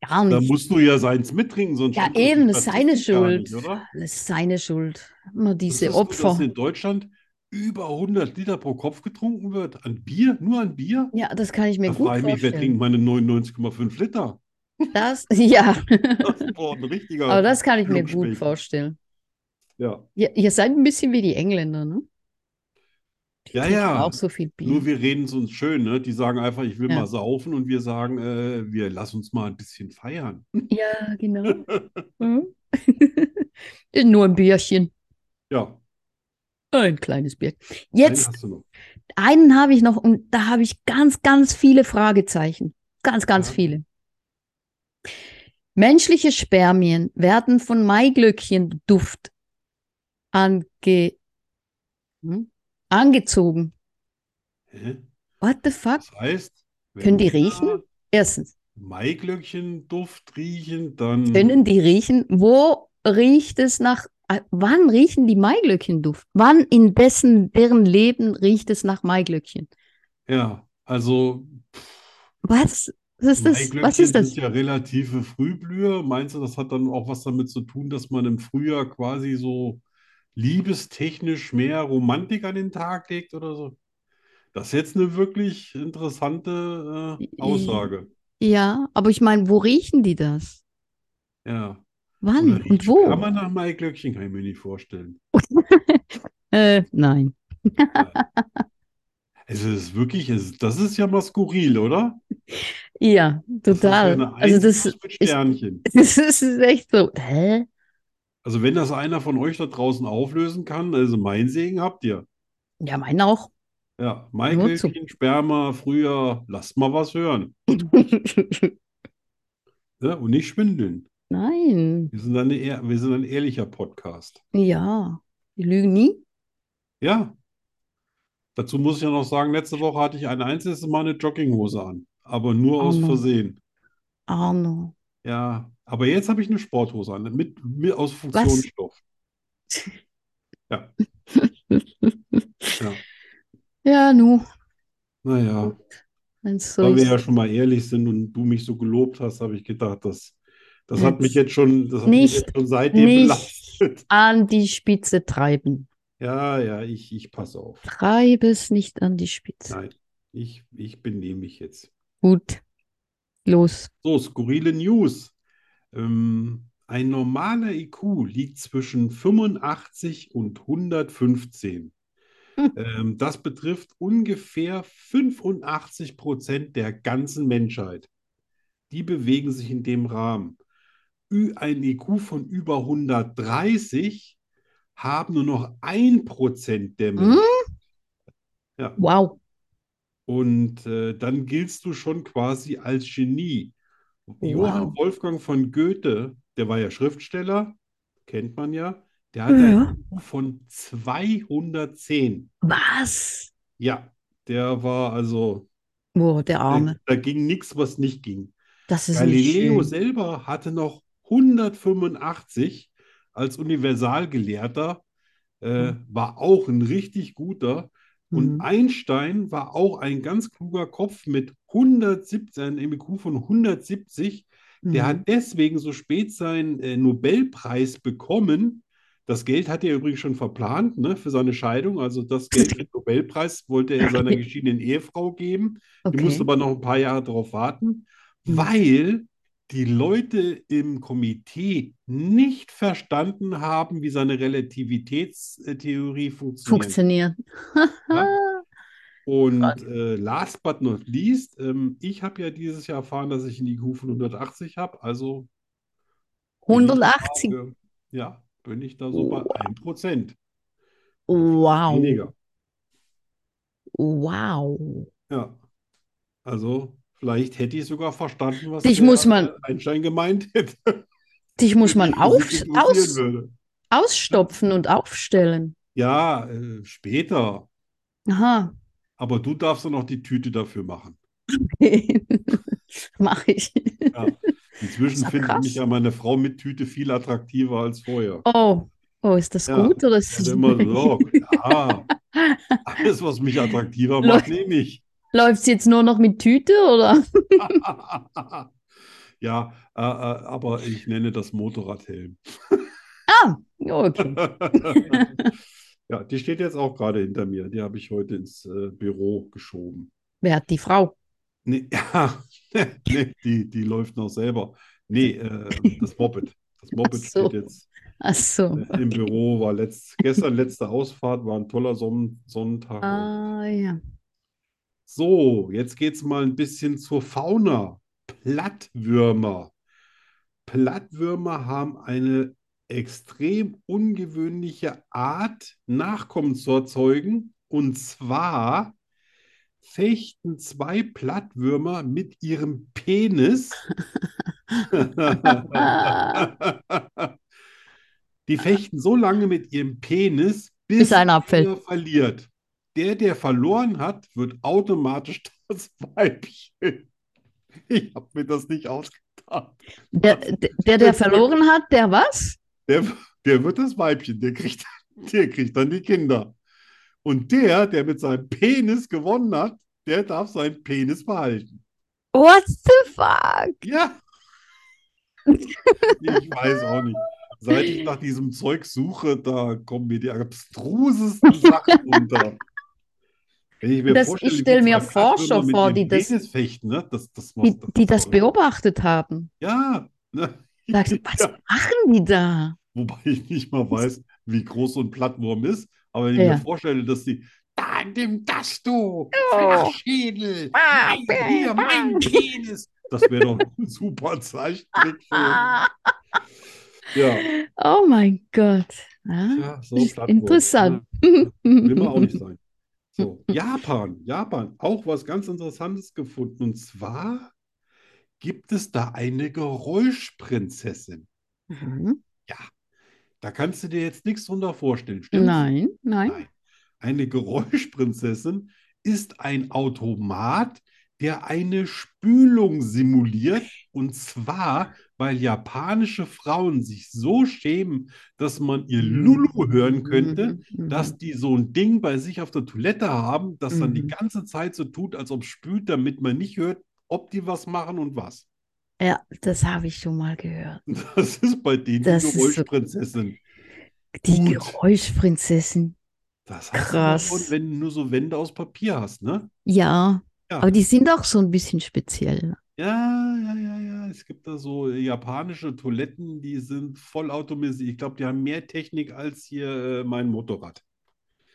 Gar
da
nichts.
musst du ja seins mittrinken, sonst
Ja,
stimmt das
eben,
mit
das ist
der
seine
Statistik gar
Schuld.
Nicht, oder?
Das ist seine Schuld. Immer diese
Wusstest du,
Opfer.
Dass in Deutschland über 100 Liter pro Kopf getrunken wird. An Bier, nur an Bier?
Ja, das kann ich mir
Da
gut
frage ich mich, wer
vorstellen.
trinkt meine 99,5 Liter?
Das, <laughs> ja,
Das ist doch ein richtiger.
aber das kann ich mir gut
Klumpspeck.
vorstellen.
Ja,
Ihr, ihr seid ein bisschen wie die Engländer, ne? Die
ja.
trinken
ja.
auch so viel Bier.
Nur wir reden es uns schön, ne? Die sagen einfach, ich will
Ja.
mal saufen und wir sagen, äh, wir lass uns mal ein bisschen feiern.
Ja,
<laughs>
genau. Mhm. <laughs> Nur ein Bierchen.
Ja,
Ein kleines Bier.
einen
Jetzt
hast du noch.
einen habe ich noch und da habe ich ganz, ganz viele Fragezeichen. Ganz, ganz
Ja.
viele. Menschliche Spermien werden von Maiglöckchen-Duft ange hm? angezogen.
Hä?
What the fuck?
Das heißt, wenn
Können die
Männer
riechen? Erstens,
Maiglöckchen-Duft riechen, dann
können die riechen? Wo riecht es nach, äh, wann riechen die Maiglöckchen-Duft? Wann in dessen, deren Leben riecht es nach Maiglöckchen?
ja, also
Was? Was ist das?
Maiglöckchen
Was ist das?
sind ja relative Frühblüher. Meinst du, das hat dann auch was damit zu tun, dass man im Frühjahr quasi so liebestechnisch mehr Romantik an den Tag legt oder so? Das ist jetzt eine wirklich interessante äh, Aussage.
Ja, aber ich meine, wo riechen die das?
Ja.
Wann
Oder
und
riecht
wo?
Kann man nach Maiglöckchen, kann ich mir nicht vorstellen.
Äh, nein.
Es ist wirklich, es, das ist ja mal skurril, oder?
Ja,
Das ist ja
total.
eine
also das,
Eins mit
ist,
Sternchen.
das <laughs> ist echt so. Hä?
Also wenn das einer von euch da draußen auflösen kann, also mein Segen habt ihr.
Ja, mein auch. <laughs>
Ja, Maiglöckchen, Sperma, Frühjahr, lasst mal was hören. Ne? Und nicht schwindeln.
Nein.
Wir sind, eine, ehr- wir sind ein ehrlicher Podcast.
Ja. Die lügen nie.
Ja. Dazu muss ich ja noch sagen, letzte Woche hatte ich ein einziges Mal eine Jogginghose an. Aber nur aus
Oh.
Versehen.
Arno.
Ja. Aber jetzt habe ich eine Sporthose an. Mit, mit, aus Funktionsstoff. Ja. Ja.
Ja, nu.
Naja.
Wenn's so
Weil wir
ist.
ja schon mal ehrlich sind und du mich so gelobt hast, habe ich gedacht, das, das hat mich
Jetzt
jetzt schon, das hat mich
nicht-
jetzt schon <laughs> seitdem
Nicht
belastet.
an die Spitze treiben.
Ja, ja, ich, ich passe auf.
Treibe es nicht an die Spitze.
Nein, ich, ich benehme mich jetzt.
Gut. Los.
So, skurrile News. Ähm, ein normaler IQ liegt zwischen 85 und 115.
Hm.
Ähm, das betrifft ungefähr 85 Prozent der ganzen Menschheit. Die bewegen sich in dem Rahmen. Ü- Ein IQ von über 130 haben nur noch 1 Prozent
Hm?
der Menschen. Ja.
Wow.
Und äh, dann giltst du schon quasi als Genie. Johann
Wow.
Wolfgang von Goethe, der war ja Schriftsteller, kennt man ja, der hatte ein
Ja.
IQ von 210.
Was?
Ja, der war also,
Boah, der Arme.
da ging nichts, was nicht ging.
Das ist nicht
Galileo
schön.
selber hatte noch 185 als Universalgelehrter, äh, war auch ein richtig guter. Und
Hm.
Einstein war auch ein ganz kluger Kopf mit 117, einem IQ von 170. Der
Mhm.
hat deswegen so spät seinen äh, Nobelpreis bekommen. Das Geld hat er übrigens schon verplant, ne, für seine Scheidung. Also das Geld,
<laughs>
den Nobelpreis, wollte er seiner geschiedenen Ehefrau geben. Die musste
Okay.
aber noch ein paar Jahre darauf warten,
Mhm.
weil die Leute im Komitee nicht verstanden haben, wie seine Relativitätstheorie funktioniert.
Funktioniert. <laughs>
Ja. Und
Gott.
äh, last but not least, ähm, ich habe ja dieses Jahr erfahren, dass ich einen IQ von 180 habe. Also bin ich da,
180.
äh, ja, bin ich
Oh.
da so bei 1%.
Wow.
Weniger.
Wow.
Ja. Also vielleicht hätte ich sogar verstanden, was
Dich
der,
muss man-
äh, Einstein gemeint hätte,
Dich <laughs> muss man
wenn ich
auf,
Physik interessieren
aus,
würde.
ausstopfen und aufstellen.
Ja, äh, später.
Aha. <laughs>
Aber du darfst ja noch die Tüte dafür machen.
Mach ich.
Ja. Inzwischen
Ist ja
findet
krass.
mich ja meine Frau mit Tüte viel attraktiver als vorher.
Oh, Oh, ist das
Ja.
gut oder ist
Und immer so, oh, ja, alles, was mich attraktiver macht, nehme ich. <laughs>
läuft es jetzt nur noch mit Tüte oder?
Ja, äh, äh, aber ich nenne das Motorradhelm. <laughs>
Ah, ja, okay.
Ja, die steht jetzt auch gerade hinter mir. Die habe ich heute ins äh, Büro geschoben.
Wer hat die Frau?
Nee, <laughs> ja, nee, die, die läuft noch selber. Nee, äh, das Moped. Das Moped
so.
steht jetzt
Ach so.
äh, im Büro. War letzt, gestern letzte Ausfahrt, war ein toller Son Sonntag.
Ah, ja.
So, jetzt geht's mal ein bisschen zur Fauna. Plattwürmer. Plattwürmer haben eine extrem ungewöhnliche Art, Nachkommen zu erzeugen. Und zwar fechten zwei Plattwürmer mit ihrem
<laughs>
Penis. <laughs> Die fechten so lange mit ihrem Penis, bis
Bis einer abfällt.
der verliert. Der, der verloren hat, wird automatisch <laughs> das Weibchen. Ich habe mir das nicht ausgedacht.
Der, der, der verloren hat, der was?
Der, der wird das Weibchen, der kriegt, der kriegt dann die Kinder. Und der, der mit seinem Penis gewonnen hat, der darf seinen Penis behalten.
What the fuck?
Ja. Ich weiß auch nicht. Seit ich nach diesem Zeug suche, da kommen mir die abstrusesten Sachen unter. Wenn ich mir
Das-
vorstelle,
ich
wie
stell mir
zwei Plattwürmer
Forscher
mit
vor,
ihrem
die das-
Penis fechten, ne? Das, das muss,
Die, die das beobachtet haben.
Ja, ne?
Sagst du, was
Ja.
machen die da?
Wobei <laughs> ich nicht mal weiß, wie groß so ein Plattwurm ist. Aber wenn ich
Ja.
mir vorstelle, dass die, da nimm das du,
Oh.
Schädel,
Ah,
nein, hier, mein Penis. Das wäre doch ein <laughs> super
<laughs>
Zeichentrickfilm.
Ah,
Ja,
oh mein Gott. Ah,
ja, so
ist
Plattwurm.
interessant. <laughs>
Ja, will man auch nicht sein. So, Japan, Japan, auch was ganz Interessantes gefunden. Und zwar gibt es da eine Geräuschprinzessin.
Mhm.
Da kannst du dir jetzt nichts drunter vorstellen, stimmt's?
Nein, nein.
Nein. Eine Geräuschprinzessin ist ein Automat, der eine Spülung simuliert. Und zwar, weil japanische Frauen sich so schämen, dass man ihr Lulu hören könnte,
Mhm.
dass die so ein Ding bei sich auf der Toilette haben, das dann die
Mhm.
ganze Zeit so tut, als ob es spült, damit man nicht hört, ob die was machen und was.
Ja, das habe ich schon mal gehört.
Das ist bei denen die
Das ist so-
Geräuschprinzessin.
Die
Gut.
Geräuschprinzessin.
Das hast du
Krass.
davon, wenn du nur so Wände aus Papier hast, ne?
Ja,
Ja.
aber die sind auch so ein bisschen speziell.
Ja, ja, ja, ja. Es gibt da so japanische Toiletten, die sind vollautomatisiert. Ich glaube, die haben mehr Technik als hier äh, mein Motorrad.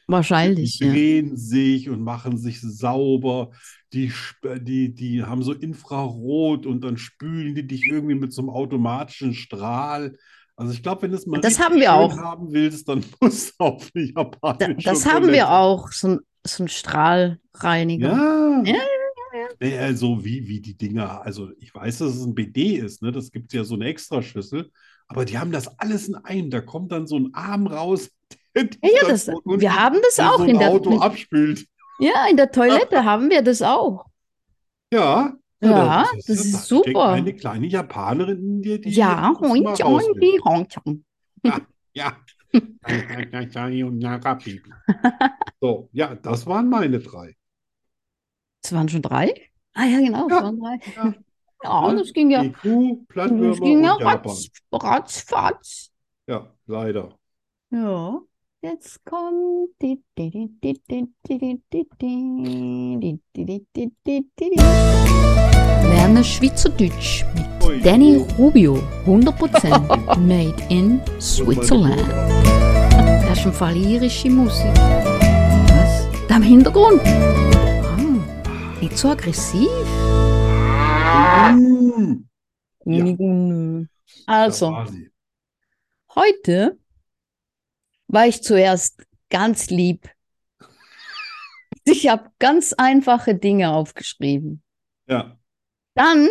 Wahrscheinlich,
Die
ja.
drehen sich und machen sich sauber. Die, sp- die, die haben so Infrarot und dann spülen die dich irgendwie mit so einem automatischen Strahl. Also ich glaube, wenn du es mal
Das
richtig
haben wir
schön
auch.
haben willst, dann <laughs> musst du auf die
Da,
japanische
das haben wir
Toilette.
auch, so ein, so ein Strahlreiniger.
Ja.
Ja, ja,
Nee, also wie, wie die Dinger, also ich weiß, dass es ein BD ist, ne? Das gibt ja so eine Extraschüssel, aber die haben das alles in einem. Da kommt dann so ein Arm raus, <laughs> der dich
Ja, ja,
dann
das,
von unten
wir haben das
wie
auch
so
in
ein
der,
Auto
in,
abspült.
ja, in der
<laughs>
Toilette haben wir das auch.
Ja,
Ja, das
siehst du,
ist
da steckt
super.
eine kleine Japanerin in dir, die
Ja,
jetzt mal
hoink,
raus
hoink,
will.
hoink, hoink.
Ja. <laughs> So, ja, das waren meine drei.
Es waren schon drei? Ah ja, genau, es
Ja,
waren drei.
ja.
Ja,
Ja,
das ging ja,
IQ,
das
Plattwürmer
ging ja
und Japan.
ratz, ratzfatz.
Ja, leider.
Ja, jetzt kommt die, die, die, die, die, die, die, die, die, die, die, die, die, die.
Lerne Schweizerdeutsch
Ui.
mit Danny Rubio. 100% made in Switzerland. Das ist im Fall irische Musik. Was? Da im Hintergrund. Ah, nicht so aggressiv.
Mm.
Also,
Da war sie.
heute war ich zuerst ganz lieb. Ich habe ganz einfache Dinge aufgeschrieben.
Ja.
Dann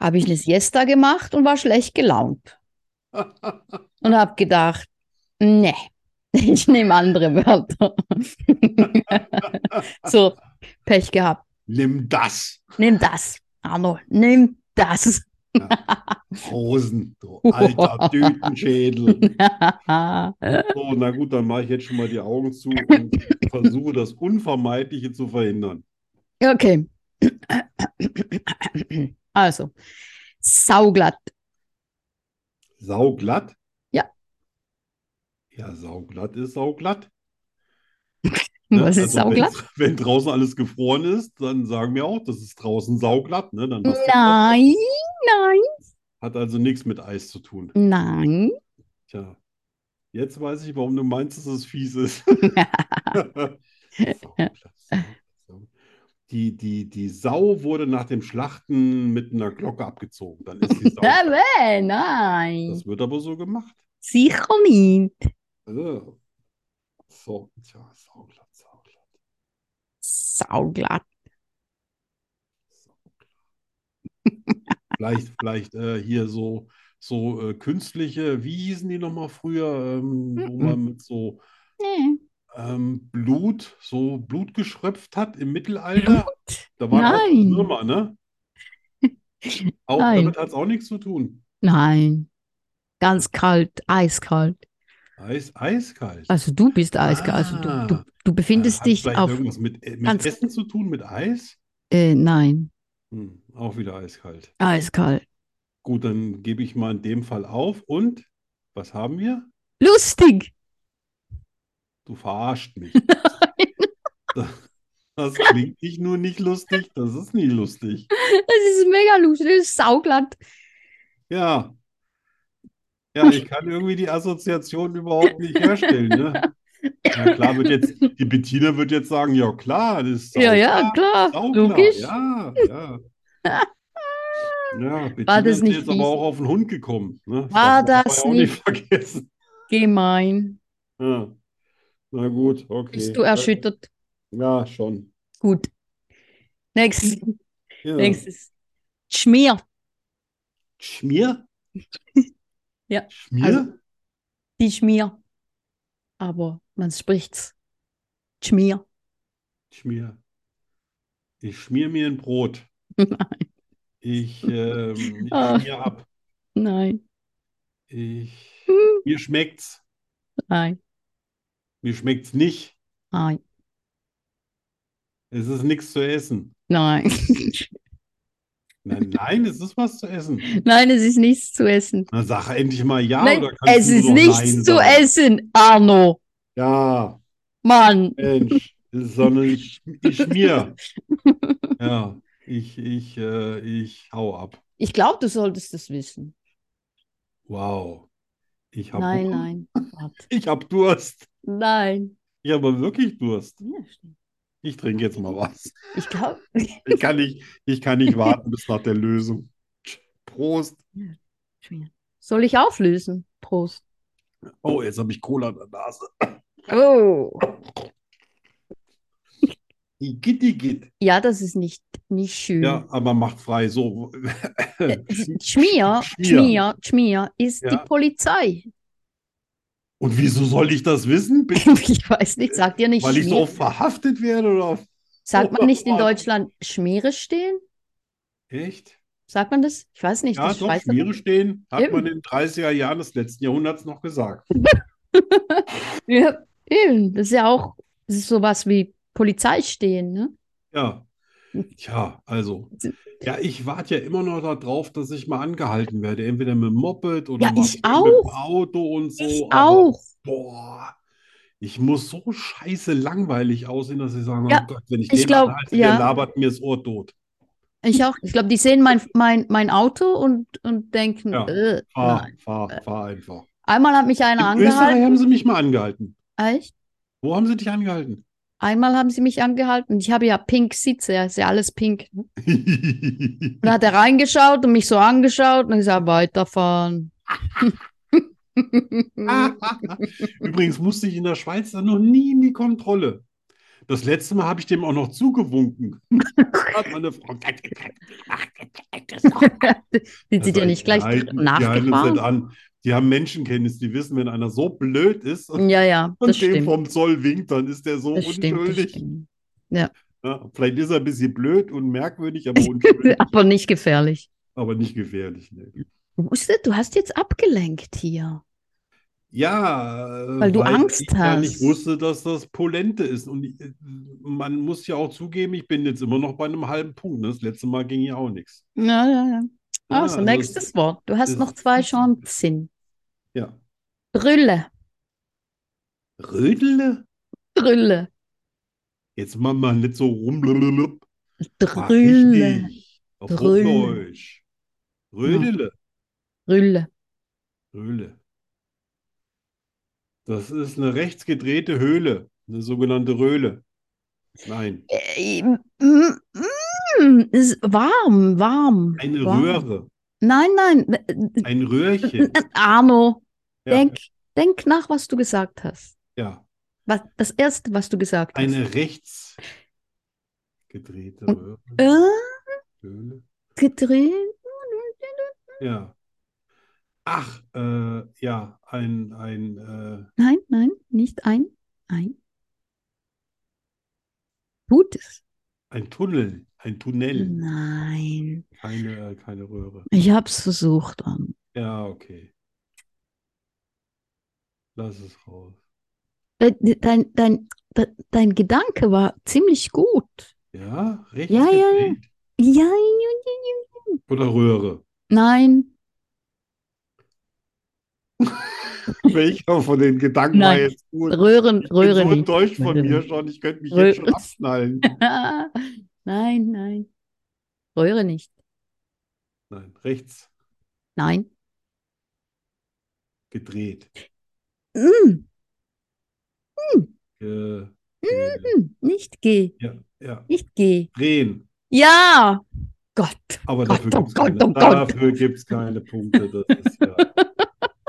habe ich eine Siesta gemacht und war schlecht gelaunt und habe gedacht, nee, ich nehme andere Wörter. <laughs> so, Pech gehabt.
Nimm das.
Nimm das, <laughs> Arno, nimm das.
Hosen, du
<laughs>
alter Tütenschädel. So, na gut, dann mache ich jetzt schon mal die Augen zu und versuche das Unvermeidliche zu verhindern.
Okay. Also, sauglatt.
Sauglatt?
Ja.
Ja, sauglatt ist sauglatt. Ne?
Was ist
Also,
sauglatt?
Wenn, wenn draußen alles gefroren ist, dann sagen wir auch, das ist draußen sauglatt. Ne? Dann hast du-
Nein, nein,
Hat also nichts mit Eis zu tun.
nein.
Tja, jetzt weiß ich, warum du meinst, dass es fies ist. <laughs> Die, die, die Sau wurde nach dem Schlachten mit einer Glocke abgezogen. Dann ist die Sau.
Nein, nein.
Das wird aber so gemacht.
Sicher nicht.
Also, So, tja, sauglatt, sauglatt,
Sauglatt.
sauglatt. Vielleicht, vielleicht äh, hier so, so äh, künstliche, wie hießen die nochmal früher, ähm, wo man mit so
Mhm. Nee.
ähm, Blut, so Blut geschröpft hat im Mittelalter. Da waren auch
Nein.
Würmer,
<laughs>
ne? Auch
Nein.
damit hat es auch nichts zu tun.
Nein. Ganz kalt, eiskalt.
Eis, eiskalt.
Also du bist eiskalt. Also
Ah. Äh,
du, du, du befindest
Hat
dich
vielleicht
auf.
irgendwas mit, äh, mit
ganz-
Essen zu tun, mit Eis?
Äh, nein,
Hm, auch wieder eiskalt.
eiskalt.
Gut, dann gebe ich mal in dem Fall auf. Und was haben wir?
Lustig.
Du
<laughs>
verarscht mich. Das, das klingt nicht nur nicht lustig, das ist nie lustig.
Das ist mega lustig. Das ist sauglatt.
Ja. Ja, ich kann irgendwie die Assoziation überhaupt nicht herstellen, ne? Ja, klar wird jetzt, die Bettina wird jetzt sagen, ja klar, das ist
Ja, ja,
sauklar,
klar.
sauklar,
Logisch.
ja, ja. Ja, Bettina
War das
ist
nicht
jetzt aber
fies?
auch auf den Hund gekommen, ne?
War
darf man
das
ja auch
nicht-
vergessen.
Gemein.
Ja. Na gut, okay.
Bist du erschüttert?
Ja, schon.
Gut. Nächstes.
Ja.
Nächstes. Schmier.
Schmier?
<laughs> Ja,
Schmier?
also- Die Schmier. Aber man spricht's. Schmier.
Schmier. Ich schmier mir ein Brot.
Nein.
Ich, ähm, ich
Ah.
schmier ab.
Nein.
Ich,
Hm.
mir schmeckt's.
Nein.
Mir schmeckt's nicht.
Nein.
Es ist nichts zu essen.
Nein. <laughs>
Nein, nein, es ist was zu essen.
Nein, es ist nichts zu essen.
Na, sag endlich mal ja
Nein,
oder kannst
es
du nur
ist
noch
nichts
nein
zu
sagen?
essen, Arno.
Ja,
Mann.
Mensch, sondern ich, ich
<laughs>
schmier. Ja, ich, ich, äh, ich hau ab.
Ich glaube, du solltest das wissen.
Wow. Ich hab
Nein,
Hunger.
nein. Warte.
Ich hab Durst.
Nein.
Ich habe wirklich Durst.
Ja, stimmt.
Ich trinke jetzt mal was.
Ich glaube.
Ich kann nicht, ich kann nicht warten bis nach der Lösung. Prost.
<laughs> Soll ich auflösen? Prost.
Oh, jetzt habe ich Cola in der Nase.
Oh.
Igitt, igitt.
Ja, das ist nicht, nicht schön. Äh,
Ja, aber macht frei. So.
Schmier, Schmier,
Schmier.
Schmier ist
Ja.
die Polizei.
Und wieso soll ich das wissen? Bin-
<laughs> Ich weiß nicht, sagt ihr nicht
Weil ich so
Schmier?
oft verhaftet werde oder?
Sagt man nicht in
Oh.
Deutschland Schmiere stehen?
Echt?
Sagt man das? Ich weiß nicht.
Ja,
das
doch,
Schweizer-
Schmiere stehen, hat
Eben.
man in den 30er Jahren des letzten Jahrhunderts noch gesagt.
Ja, eben. Das ist ja auch das ist sowas wie Polizei stehen, ne?
Ja. Tja, also. Ja, ich warte ja immer noch darauf, dass ich mal angehalten werde. Entweder mit dem Moped oder
Ja,
mal
ich
mit dem
auch.
Auto und so.
Ich
Oh, aber
auch.
Boah, ich muss so scheiße langweilig aussehen, dass ich sage, oh
Ja,
Gott, wenn ich
ich
den
glaub,
anhalte,
ja.
der labert mir das Ohr tot.
Ich auch. Ich glaube, die sehen mein, mein, mein Auto und, und denken,
Ja.
äh,
Fahr,
nein.
fahr, fahr einfach.
Einmal hat mich einer
In Österreich
angehalten.
haben sie mich mal angehalten.
Echt?
Wo haben sie dich angehalten? <laughs>
Einmal haben sie mich angehalten. Ich habe ja pink Sitze, ja, ist ja alles pink. Ne? Und dann hat er reingeschaut und mich so angeschaut und dann gesagt,
<laughs>
weiterfahren. <laughs>
<laughs> Übrigens musste ich in der Schweiz dann noch nie in die Kontrolle. Das letzte Mal habe ich dem auch noch
<laughs>
zugewunken. Hat meine Frau.
<laughs> Sind sie dir
Also,
nicht gleich
die halten, die halten uns nicht
nachgefahren?
an. Die haben Menschenkenntnis, die wissen, wenn einer so blöd ist und,
Ja, ja,
und
das
dem
stimmt.
vom Zoll winkt, dann ist der so
Das stimmt, das
unschuldig.
stimmt. <laughs> <laughs>
Ja, vielleicht ist er ein bisschen blöd und merkwürdig, aber unschuldig.
Aber nicht gefährlich.
aber nicht gefährlich. Ne.
Wusste, du hast jetzt abgelenkt hier.
Ja, äh,
Weil du Angst
ich gar nicht
hast.
wusste, dass das Polente ist. Und ich- äh, man muss ja auch zugeben, ich bin jetzt immer noch bei einem halben Punkt. Ne? Das letzte Mal ging ja auch nichts.
Ja, ja, ja.
Ja,
Also,
also
nächstes
es-
Wort. Du hast
es-
noch zwei Chancen.
Ja.
Brille,
Rödele?
Brille,
Jetzt mach mal nicht so rum. Mag ich
Brille,
nicht. Auf
Drülle.
Hochdeutsch. Rödele.
Brille.
Höhle. Das ist eine rechts gedrehte Höhle, eine sogenannte Röhle. Nein,
Äh, mm, mm, ist warm, warm,
eine
warm.
Röhre,
Nein, nein.
ein
<laughs>
Röhrchen.
Arno,
Ja,
denk, denk nach, was du gesagt hast.
ja,
Was, das erste, was du gesagt hast.
eine rechts gedrehte Röhre,
Äh,
Höhle.
gedreht.
Ja. Ach, äh, ja, ein, ein, äh,
Nein, nein, nicht ein. Ein. Tut es.
ein Tunnel, ein
Mhm.
Tunnel,
Nein.
keine, äh, keine Röhre.
Ich hab's versucht. Arno.
Ja, okay. Lass es raus.
Äh,
Dein, dein, dein, de- dein Gedanke war ziemlich gut.
Ja, rechts
Ja, ja, ja.
gedreht
Ja, ja, ja, ja.
oder Röhre?
<laughs> Nein,
Welcher von den Gedanken war
Nein.
jetzt gut?
Röhren,
Ich bin
Röhre
so
nicht.
enttäuscht von
Röhre
mir
nicht.
schon. Ich könnte mich
Röhre.
jetzt
<laughs>
schon abschnallen.
nein, nein. Röhre nicht.
Nein, rechts
Nein.
gedreht.
Mm,
Ge
mm, nicht geh.
ja, ja.
Nicht geh.
Drehen.
Ja! Gott.
Aber
Gott,
dafür
oh
gibt es
Gott,
keine,
oh Gott.
dafür gibt's keine Punkte. Das
<laughs>
ist ja,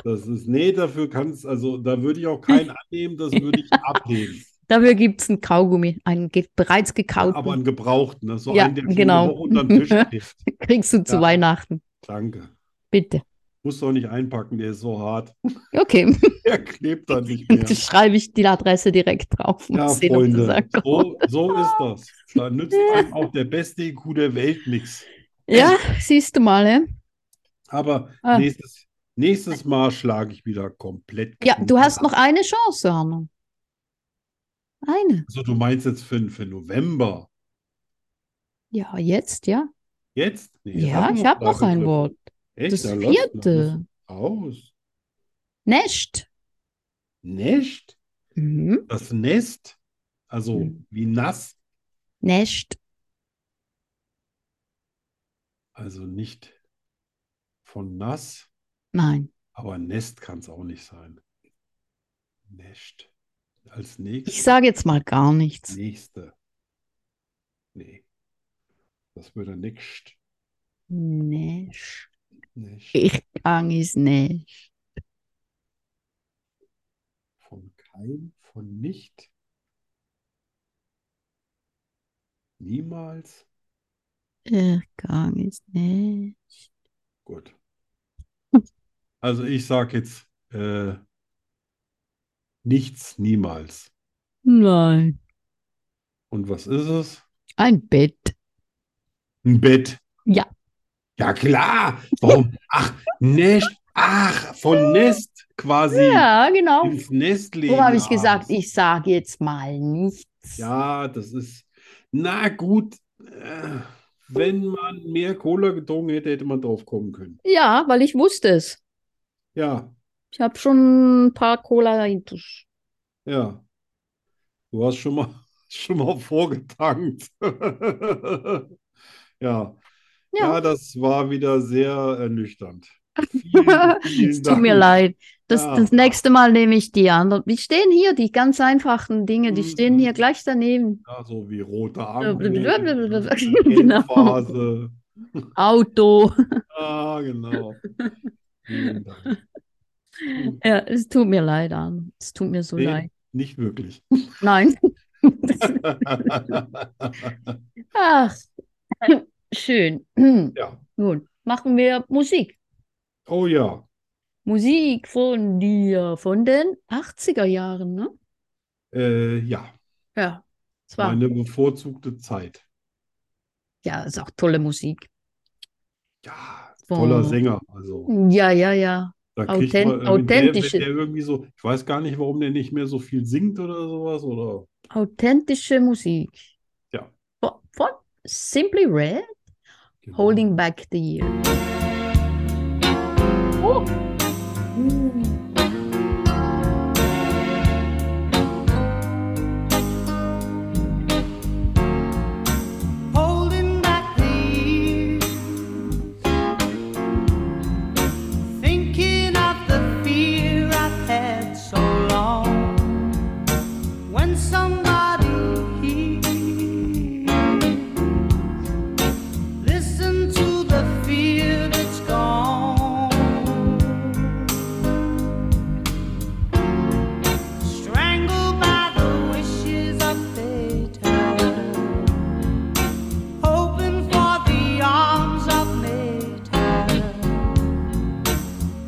das ist, nee, dafür kannst, also da würde ich auch keinen annehmen, das würde
<laughs>
ich abheben.
Dafür gibt es einen Kaugummi, einen ge bereits gekauten.
Aber einen gebrauchten, ne? So
Ja,
einen, der schon
genau.
immer
<laughs>
unter den Tisch steht.
Kriegst du zu
Ja.
Weihnachten.
Danke.
Bitte.
Musst du auch nicht einpacken, der ist so hart. <laughs>
Okay, <laughs>
Der klebt dann nicht mehr.
dann schreibe ich die Adresse direkt drauf. Mal
Ja,
sehen, ob das
Freunde, Oh.
ankommt.
so, so ist das. Da nützt einem auch der beste IQ der Welt nichts.
Ja, siehst du mal, ne?
Aber
Ah.
nächstes, nächstes Mal schlage ich wieder komplett.
Ja, du hast noch
ein.
eine Chance, Arno. Eine.
Also du meinst jetzt für, für November.
Ja, jetzt, ja.
Jetzt? Nee, jetzt
Ja,
haben wir
ich habe
drei
noch ein
Begriffe.
Wort.
Echt?
Das
Da läuft noch
vierte.
was Aus.
Nest.
Nest?
Mhm.
Das Nest? Also
Mhm.
wie nass?
Nest.
Also nicht von nass,
Nein.
aber Nest kann es auch nicht sein. Nest. Als
Ich
nächstes.
sage jetzt mal gar nichts.
Nächste. Nee. Das würde nicht.
Nest.
nicht
Ich kann es nicht.
von kein, von nicht. Niemals.
Ich kann es nicht.
Gut. Also ich sage jetzt äh, nichts, niemals.
Nein.
Und was ist es?
Ein Bett.
Ein Bett.
Ja.
Ja klar. Warum? Ach, Nest. Ach, von Nest quasi.
Ja, genau.
Ins Nest legen.
Wo habe ich gesagt,
abends.
ich sage jetzt mal nichts.
Ja, das ist. Na gut, äh, wenn man mehr Cola getrunken hätte, hätte man drauf kommen können.
Ja, weil ich wusste es.
Ja,
Ich habe schon ein paar Cola in Tusch.
ja. Du hast schon mal, <laughs> schon mal vorgetankt. <laughs> Ja. Ja, das war wieder sehr
<laughs>
ernüchternd. Vielen,
Es
vielen
tut mir
Dank.
leid. Das,
Ja.
das nächste Mal nehme ich die anderen. Die stehen hier, die ganz einfachen Dinge, die
Mhm.
stehen hier gleich daneben.
Ja, so wie rote
Genau.
Ampel,
<laughs>
Gelbphase.
Auto.
Ja, genau. Vielen
<laughs>
Dank. Hm,
Ja, es tut mir leid, Arno. Es tut mir so
Nee.
leid.
Nicht wirklich. <laughs>
Nein. Ach, schön.
Ja.
Nun, machen wir Musik.
Oh ja.
Musik von dir, von den 80er Jahren, ne?
Äh, ja.
Ja, es war,
Meine bevorzugte Zeit.
ja, ist auch tolle Musik.
Ja,
Von-
toller Sänger. Also,
Ja, ja, ja.
da kriegt
Authent-
man, wenn äh, der,
authentische-
wenn der irgendwie so, ich weiß gar nicht, warum der nicht mehr so viel singt oder sowas, oder?
Authentische Musik.
Ja.
Von, von Simply Red,
Genau.
Holding Back the Year. Oh.
holding back the years, thinking of the fear I've had so long. When somebody hears, listen to the fear that's gone. Strangled by the wishes of fatal hoping for the arms of Maytag.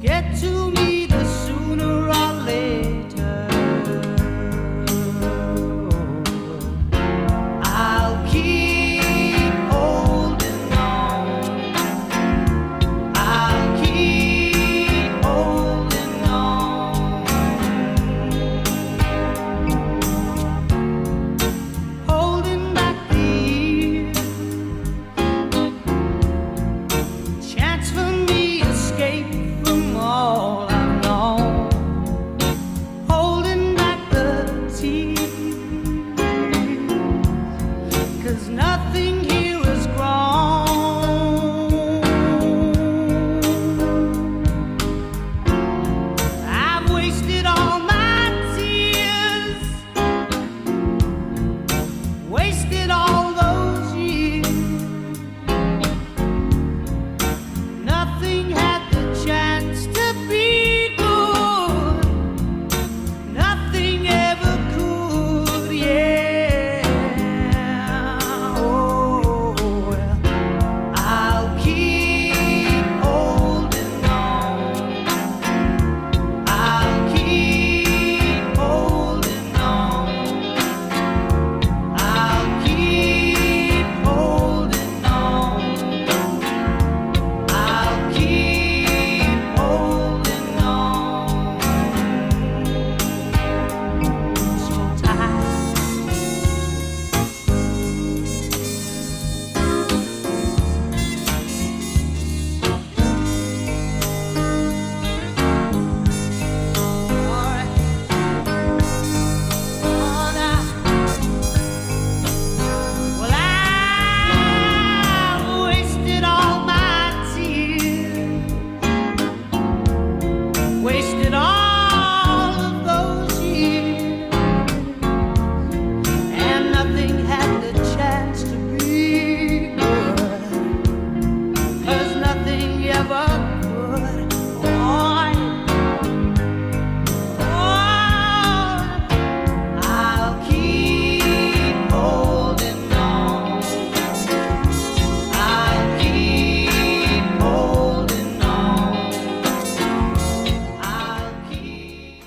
Get to me the sooner or later. I'll keep holding on. I'll keep holding on. Holding back the years chance for me escape from all I've known. Holding back the tears, cause nothing here is grown. I've wasted all my tears, wasted all those years. Nothing had the chance to be good. Nothing ever could, yeah. Oh, well, I'll keep holding on. I'll keep holding on. I'll keep holding on. I'll keep holding on. So tight. Boy. Oh, now. Well, I wasted all my tears, wasted all of those years, and nothing had the chance to be good, 'cause nothing ever could. Boy, boy, I'll keep holding on. I'll keep holding on. I'll keep.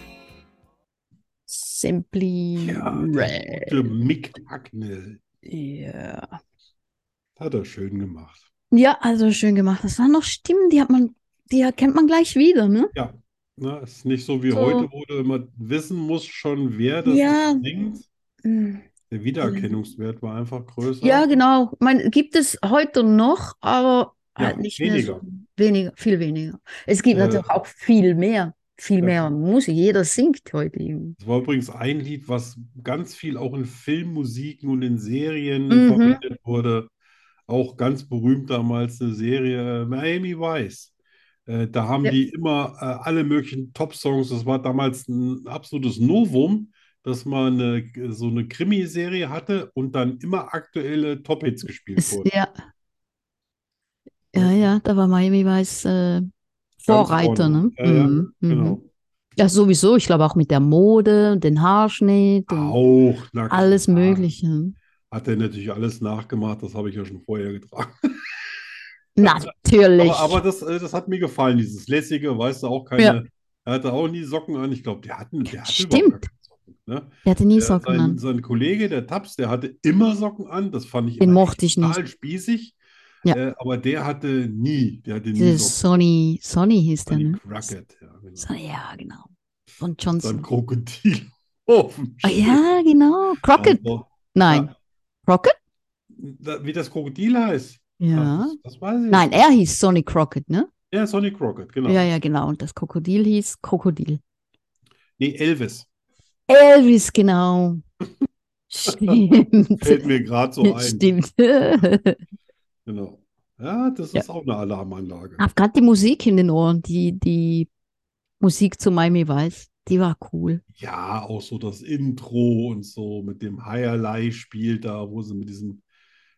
Simply
Ja,
Red.
der gute Mick Agnell
Ja.
hat er schön gemacht.
ja, also schön gemacht. Das waren noch Stimmen, die hat man, die erkennt man gleich wieder, ne?
Na, ist nicht so wie
So.
heute, wo du immer wissen musst schon, wer das
Ja.
singt.
Mhm.
Der Wiedererkennungswert war einfach größer.
Ja, genau. Man gibt es heute noch, aber
Ja,
halt nicht mehr so
weniger. Äh,
weniger, viel weniger. Es gibt
Ja.
natürlich auch viel mehr, viel
Ja.
mehr Musik. Also Jeder singt heute irgendwie.
Das war übrigens ein Lied, was ganz viel auch in Filmmusiken und in Serien
Mhm.
verwendet wurde. Auch ganz berühmt damals eine Serie, äh, Miami Vice. Äh, da haben
Ja.
die immer äh, alle möglichen Top-Songs. Das war damals ein absolutes Novum, dass man eine, so eine Krimiserie hatte und dann immer aktuelle Top-Hits gespielt
Ist,
wurden.
ja. Ja, ja, da war Miami Vice äh, Vorreiter, ne?
vorne. Ja, ja,
Mhm, mhm.
Genau.
Ja, sowieso. Ich glaube auch mit der Mode und den Haarschnitt und
Auch, na klar.
Mhm. alles Mögliche.
Hat er natürlich alles nachgemacht, das habe ich ja schon vorher getragen.
Natürlich.
Aber, aber das, äh, das hat mir gefallen, dieses lässige, weißt du, auch keine.
Ja.
Er hatte auch nie Socken an. Ich glaube, der hat, der hatte überhaupt
Stimmt.
gar keine Socken. Ne?
Der hatte nie
Der,
Socken
sein,
an.
sein Kollege, der Taps, der hatte immer Socken an. Das fand ich
Den
immer
mochte ich
total spießig.
Ja.
Äh, aber der hatte nie, der hatte nie
Dieses Sonny, Sonny hieß der,
Sonny
ne?
Crockett. Ja, genau.
Sonny, ja, genau. Von
Sein
Johnson.
Krokodil <laughs> auf dem
Ah,
Schiff.
ja, genau. Crockett.
Also,
Nein. Crockett?
da- wie das Krokodil heißt.
Ja.
Das, das weiß ich.
Nein, er hieß Sonny Crockett, ne?
Ja, Sonny Crockett, genau.
Ja, ja, genau. Und das Krokodil hieß Krokodil.
Nee,
<laughs>
Elvis.
Elvis, genau. <laughs> Stimmt.
Fällt mir gerade so ein.
Stimmt.
Genau. Ja, das
Ja. Ah.
ist auch eine Alarmanlage.
<laughs> Hab gerade die Musik in den Ohren, die, die Musik zu Miami Vice, die war cool.
Ja, auch so das Intro und so mit dem Higherlei-Spiel da, wo sie mit diesen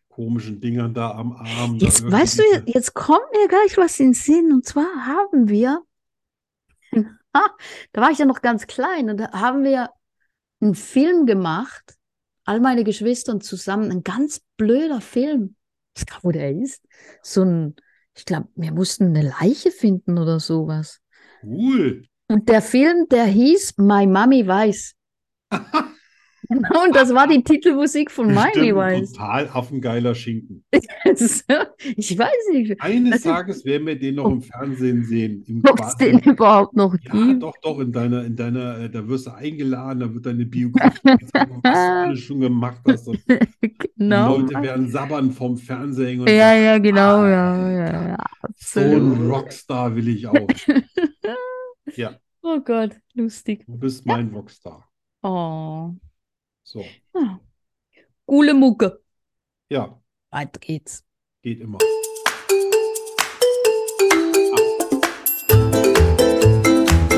komischen Dingern da am Arm. da
Jetzt
irgendwie
weißt du,
diese-
jetzt kommt mir gleich was in den Sinn. Und zwar haben wir, <laughs> Ah, da war ich ja noch ganz klein, und da haben wir einen Film gemacht, all meine Geschwister und zusammen, ein ganz blöder Film. Ich weiß gar nicht, wo der ist. So ein, ich glaube, wir mussten eine Leiche finden oder sowas. <laughs>
Cool.
Und der Film, der hieß My Mami <laughs> Weiß. Genau, und das war die Titelmusik von Miami
Bestimmt ein
Weiß.
total affengeiler Schinken.
ich weiß nicht,
Eines
Also-
Tages werden wir den noch im Fernsehen sehen. Im
ob es
quasi-
den überhaupt noch gibt.
Ja, doch, doch, in deiner, in deiner, äh, da wirst du eingeladen, da wird deine Biografie,
<laughs>
gezeigt, was du alles schon gemacht hast. Und die
Genau.
Leute werden sabbern vom Fernsehen und Ah,
Ja,
sagen,
ja, genau, ja,
Alter,
ja, ja.
so ein
Absolut.
Rockstar
<laughs>
will ich auch.
Oh Gott, lustig.
Du bist mein Rockstar.
Oh.
So,
Ja. Coole Mucke.
ja,
Weiter geht's.
geht immer.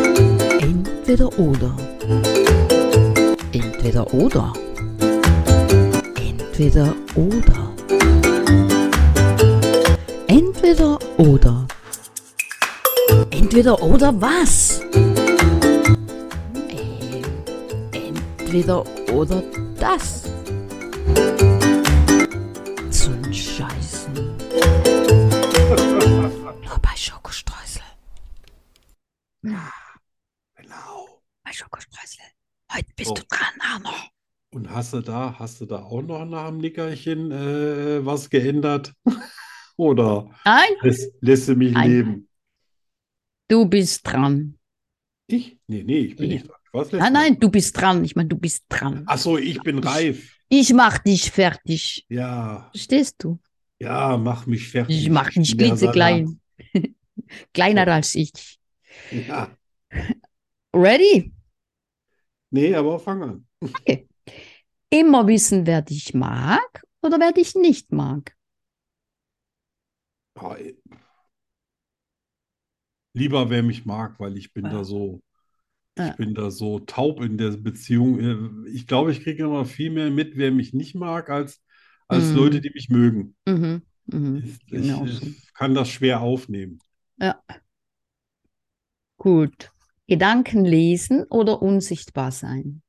Entweder oder. Entweder oder. Entweder oder. Entweder oder. Entweder oder was? Ähm, entweder oder das. Zum
<laughs>
Scheißen. Nur bei Schokostreusel.
Genau.
Bei Schokostreusel. Heute bist
Oh.
du dran, Arno.
Und hast du da, hast du da auch noch nach dem Nickerchen äh, was geändert? <laughs> Oder
Nein,
lässt, lässt du mich
Nein.
leben?
du bist dran.
Ich? Nee, nee, ich bin
Ja.
nicht dran. Was lässt
Nein,
du-
nein, du bist dran. Ich meine, du bist dran.
Ach so, ich bin reif.
Ich mach dich fertig.
Ja,
Verstehst du?
ja, mach mich fertig.
Ich mach dich
bin der
klitzeklein. Kleiner als ich.
Salat. Ja,
Ready?
nee, aber fang an.
Immer wissen, wer dich mag oder wer dich nicht mag.
Oh, ey. lieber, wer mich mag, weil ich bin
Ja.
da so,
Ja.
ich bin da so taub in der Beziehung. Äh, Ich glaube, ich kriege immer viel mehr mit, wer mich nicht mag, als, als
Mhm.
Leute, die mich mögen.
Mhm. Mhm.
Ich, ich,
Genau so.
ich kann das schwer aufnehmen.
Gut. Gedanken lesen oder unsichtbar sein.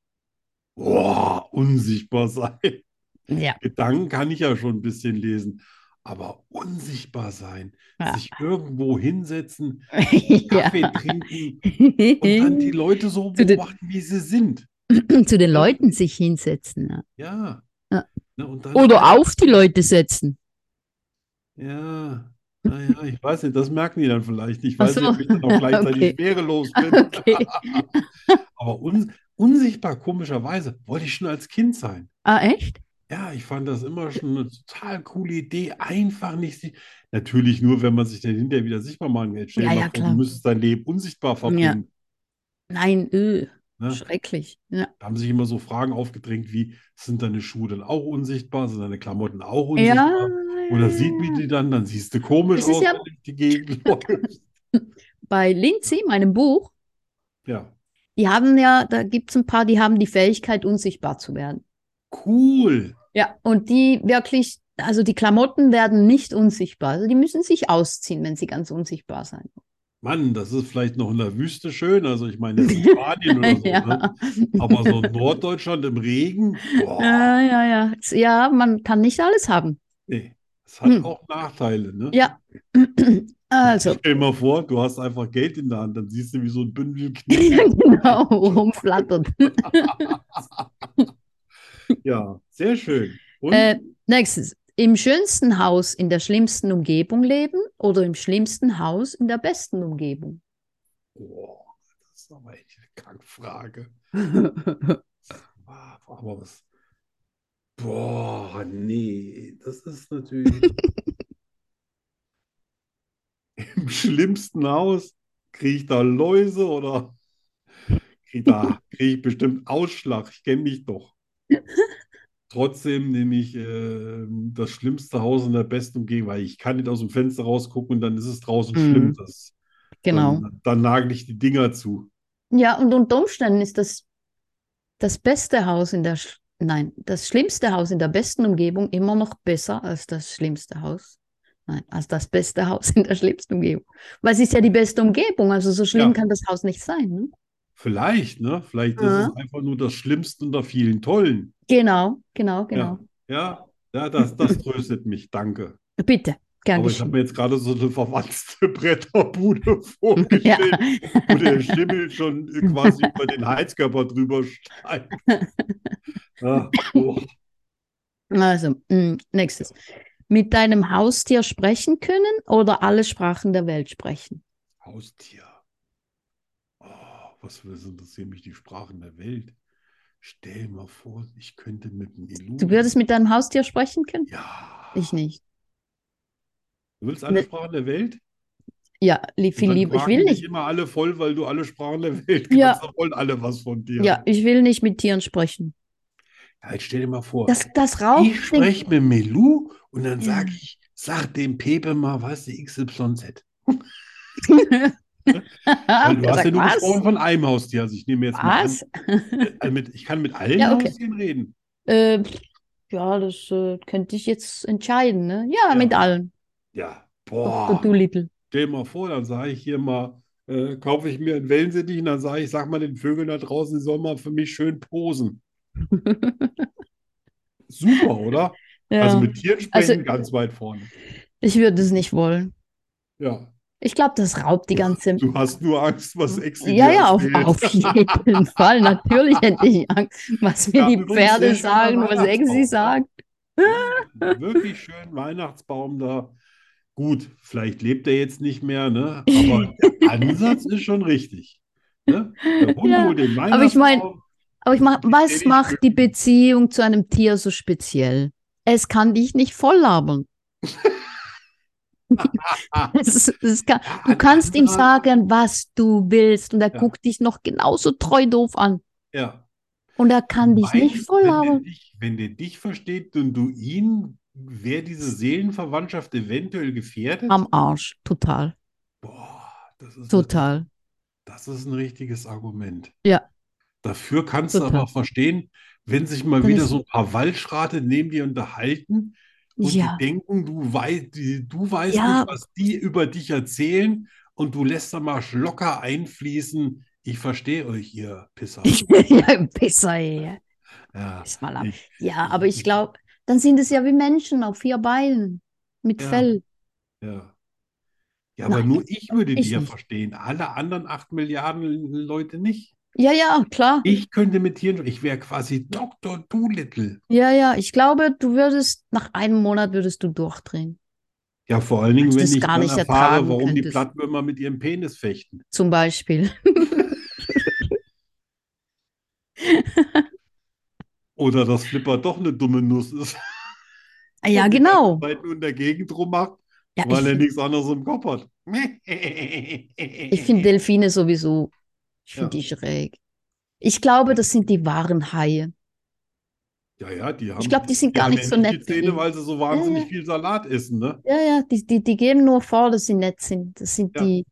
Boah, unsichtbar <laughs> sein.
<laughs> Ja.
Gedanken kann ich ja schon ein bisschen lesen, aber unsichtbar sein,
Ja.
sich irgendwo hinsetzen,
ja.
Kaffee trinken und
<laughs>
dann die Leute so
Zu den-
beobachten, wie sie sind.
Zu den Leuten sich hinsetzen. Ja.
Ja.
Ja.
Na, und dann,
Oder auf die Leute setzen.
Ja. Naja, ich weiß nicht, das merken die dann vielleicht. Ich
Ach
weiß nicht,
so.
ob ich
<laughs>
dann auch gleichzeitig
Okay. <laughs>
schwerelos bin.
Okay.
<laughs> Aber uns, unsichtbar, komischerweise, wollte ich schon als Kind sein.
Ah, echt?
Ja, ich fand das immer schon eine total coole Idee. Einfach nicht. sie- Natürlich nur, wenn man sich dann hinterher wieder sichtbar machen äh, will. Stell dir
Ja,
mal
ja,
vor, du
klar.
müsstest dein Leben unsichtbar verbringen.
Nein, öh,
Ne?
schrecklich. Ja.
Da haben sich immer so Fragen aufgedrängt wie: Sind deine Schuhe denn auch unsichtbar? Sind deine Klamotten auch
ja.
unsichtbar? Oder sieht man die dann? Dann siehst du komisch
Das ist
aus,
ja-
wenn du durch die Gegend <laughs> läufst.
Bei Lindsay, meinem Buch,
Ja,
die haben ja, da gibt es ein paar, die haben die Fähigkeit, unsichtbar zu werden.
cool.
Ja, und die wirklich, also die Klamotten werden nicht unsichtbar. Also die müssen sich ausziehen, wenn sie ganz unsichtbar sein.
Mann, das ist vielleicht noch in der Wüste schön. Also, ich meine, das
<laughs>
ist Spanien oder so, ne? Aber so in Norddeutschland im Regen, boah,
Ja, ja, ja. Ja, man kann nicht alles haben. <clears throat>
nee, das hat
Hm.
auch Nachteile, ne?
Ja. Also, <laughs>
Stell dir mal vor, du hast einfach Geld in der Hand, dann siehst du, wie so ein Bündel
ja, <laughs>
Knete.
genau, rumflattert.
Ja, sehr schön. Und
Äh, nächstes, im schönsten Haus in der schlimmsten Umgebung leben oder im schlimmsten Haus in der besten Umgebung?
Boah, das ist aber echt eine Kackfrage. Ah, Aber was? Boah, nee, das ist natürlich. Im schlimmsten Haus kriege ich da Läuse oder kriege da, krieg ich bestimmt Ausschlag. Ich kenne mich doch. Trotzdem nehme ich äh, das schlimmste Haus in der besten Umgebung, weil ich kann nicht aus dem Fenster rausgucken und dann ist es draußen
Mhm.
schlimm. Das,
genau.
dann, dann nagel ich die Dinger zu.
Ja, und unter Umständen ist das das beste Haus in der, Sch nein, das schlimmste Haus in der besten Umgebung immer noch besser als das schlimmste Haus. Nein, als das beste Haus in der schlimmsten Umgebung. Weil es ist ja die beste Umgebung, also so schlimm
Ja.
kann das Haus nicht sein. Ne?
Vielleicht, ne? Vielleicht
Ja.
ist es einfach nur das Schlimmste unter vielen Tollen.
Genau, genau, genau.
Ja, ja, das, das tröstet mich, danke.
Bitte, gern
Aber ich
geschehen.
habe mir jetzt gerade so eine verwanzte <laughs> Bretterbude vorgestellt, wo der Schimmel schon quasi über den Heizkörper
<laughs>
drüber steigt. Ja, oh,
Also, mh, nächstes. Mit deinem Haustier sprechen können oder alle Sprachen der Welt sprechen?
Haustier. Oh, was für das interessieren mich die Sprachen der Welt? Stell mal vor, ich könnte mit einem
Du würdest mit deinem Haustier sprechen können?
Ja.
Ich nicht.
Du willst alle
Mit-
Sprachen der Welt?
Ja, li- Ne. viel
Dann
lieber. Ich
quaken
will
dich
nicht.
immer alle voll, weil du alle Sprachen der Welt
Ja.
kannst. Da wollen alle was von dir.
Ja, ich will nicht mit Tieren sprechen.
Ja, Jetzt stell dir mal vor,
Das, das Rauchen.
ich spreche mit Melu und dann
Ja.
sage ich, sag dem Pepe mal, was die XYZ. Weil du hast ja nur gesprochen
Ah, was?
von einem Haustier. Also ich nehme jetzt mal an,
Was?
äh, mit, ich kann mit allen
Ja, okay.
Haustieren reden.
Äh, pff, ja, das äh, könnte ich jetzt entscheiden, ne? Ja,
Ja.
mit allen.
Ja,
Dr.
boah.
Doolittle.
Stell dir mal vor, dann sage ich hier mal, äh, kaufe ich mir einen Wellensittich und dann sage ich, sag mal den Vögeln da draußen, die sollen mal für mich schön
<laughs>
posen. Super, oder? Also
Ja.
mit Tieren
Also-
sprechen ganz weit vorne.
Ich würde es nicht wollen.
Ja.
Ich glaube, das raubt die ganze.
Du hast nur Angst, was Exi
Ja,
dir
ja, auf,
erzählt.
auf jeden Fall. Natürlich hätte ich Angst, was mir
Ja,
die
übrigens
Pferde
sehr schöner
sagen, was Exi
Weihnachtsbaum.
sagt.
<laughs> Wirklich schön Weihnachtsbaum da. Gut, vielleicht lebt er jetzt nicht mehr, ne?
<laughs>
Aber der Ansatz ist schon richtig. Ne? Der Hund
Ja,
holt den
aber ich mein,
Weihnachtsbaum.
Aber ich mach,
Ich seh
was
dich
macht die
wirklich.
Beziehung zu einem Tier so speziell? Es kann dich nicht
<laughs>
volllabern. es, es kann,
Ja,
du
ein
kannst ihm
anderer-
sagen, was du willst, und er
Ja.
guckt dich noch genauso treu doof an.
Ja.
Und er kann dich nicht
Meinst, wenn der
volllabern.
dich, wenn der dich versteht und du ihn, wäre diese Seelenverwandtschaft eventuell gefährdet?
Am Arsch, total,
Boah, das ist
total.
Das ist ein richtiges Argument.
Ja.
Dafür kannst du
Total.
aber auch verstehen, wenn sich mal
Dann
wieder
ist-
so ein paar Waldschrate neben dir unterhalten und die
Ja.
denken, du, wei die, du weißt
Ja.
nicht, was die über dich erzählen und du lässt da mal locker einfließen. Ich verstehe euch, ihr Pisser.
<laughs> ja, besser, ey.
Ja,
Ist mal ab.
ich,
Ja, aber ich glaube, dann sind es ja wie Menschen auf vier Beinen mit
Ja.
Fell.
ja. Ja, aber
Nein,
nur ich würde die
ich
ja
nicht.
verstehen, alle anderen 8 Milliarden Leute nicht.
Ja, ja, klar.
Ich könnte mit Tieren, ich wäre quasi Dr. Doolittle.
Ja, ja, ich glaube, du würdest, nach einem Monat würdest du durchdrehen,
Ja, vor allen Dingen,
Dass du
wenn
es
ich
gar
dann
nicht
erfahre,
ertragen
warum die
könntest.
Plattwürmer mit ihrem Penis fechten.
zum Beispiel.
Oder dass Flipper doch eine dumme Nuss ist.
Ah, Ja,
und <laughs>
<laughs>
die
genau.
ganze Zeit nur in der Gegend rummacht,
Ja,
weil er
ich,
nichts anderes im Kopf hat.
<laughs> ich finde Delfine sowieso, ich
Ja.
finde die schräg. Ich glaube, das sind die wahren Haie.
Ja, ja, die haben,
Ich glaube, die sind gar
haben
nicht
ja
so
nicht die
nett wie
Zähne,
die.
weil sie so
Ja,
wahnsinnig
ja.
viel Salat essen, ne?
Ja, ja, die, die, die geben nur vor, dass sie nett sind. Das sind
Ja.
die,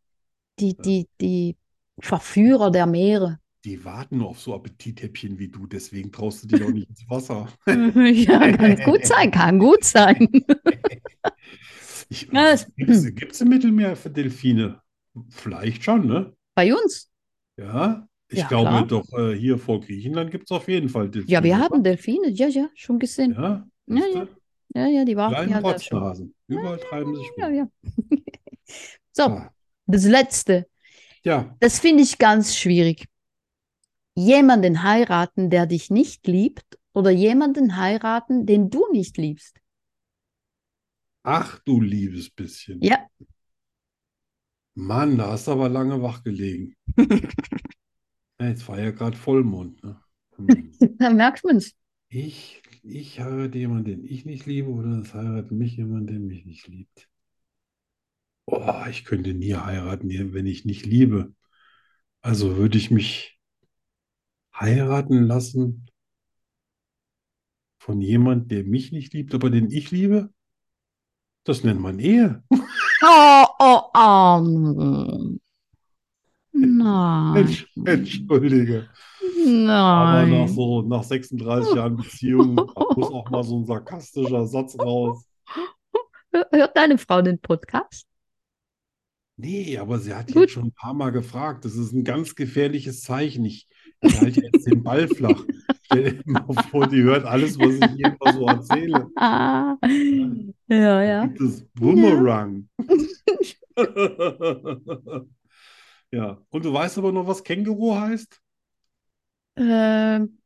die, die, die Verführer der
<laughs>
Meere. <laughs>
Die warten nur auf so Appetithäppchen wie du, deswegen traust du dir doch nicht ins Wasser.
Ja, kann gut sein, kann gut sein.
Ich,
Ja, es-
gibt's, gibt's im Mittelmeer für Delfine? Vielleicht schon, ne?
Bei uns?
Ja, ich
Ja,
glaube
klar.
doch, äh, hier vor Griechenland gibt es auf jeden Fall
Ja, wir
Delfine,
haben Delfine. Ja, ja, schon gesehen.
Mhm. Ja,
Ja,
siehst du?
Ja, ja, die warten
Kleinen
ja da schon.
Rotznasen. Überall treiben sich
Ja,
rum.
ja. So,
Ah,
das letzte.
Ja,
Das finde ich ganz schwierig. Jemanden heiraten, der dich nicht liebt, oder jemanden heiraten, den du nicht liebst. <laughs>
Ach du liebes bisschen.
Ja.
Mann, da hast du aber lange
<laughs>
wach gelegen. ja, jetzt war ja gerade Vollmond. Ne? Hm.
Da merkt man's.
Ich, ich heirate jemanden, den ich nicht liebe, oder es heiratet mich jemand, der mich nicht liebt. Boah, ich könnte nie heiraten, wenn ich nicht liebe. Also würde ich mich heiraten lassen von jemand, der mich nicht liebt, aber den ich liebe? Das nennt man Ehe.
Oh, oh, oh. Nein.
Entsch- Entschuldige. Aber nach
Nein.
so nach 36 Jahren Beziehung da muss auch mal so ein sarkastischer Satz raus.
Hör- Hört deine Frau den Podcast?
Nee, aber sie hat
Gut.
jetzt schon ein paar Mal gefragt. Das ist ein ganz gefährliches Zeichen. Ich, ich halte jetzt den Ball flach. Stell dir <laughs> mal vor, die hört alles, was ich ihr immer so erzähle.
Ah. Ja, ja.
Gibt es
<laughs>
Boomerang. ja, und du weißt aber noch, was Känguru heißt?
Ähm,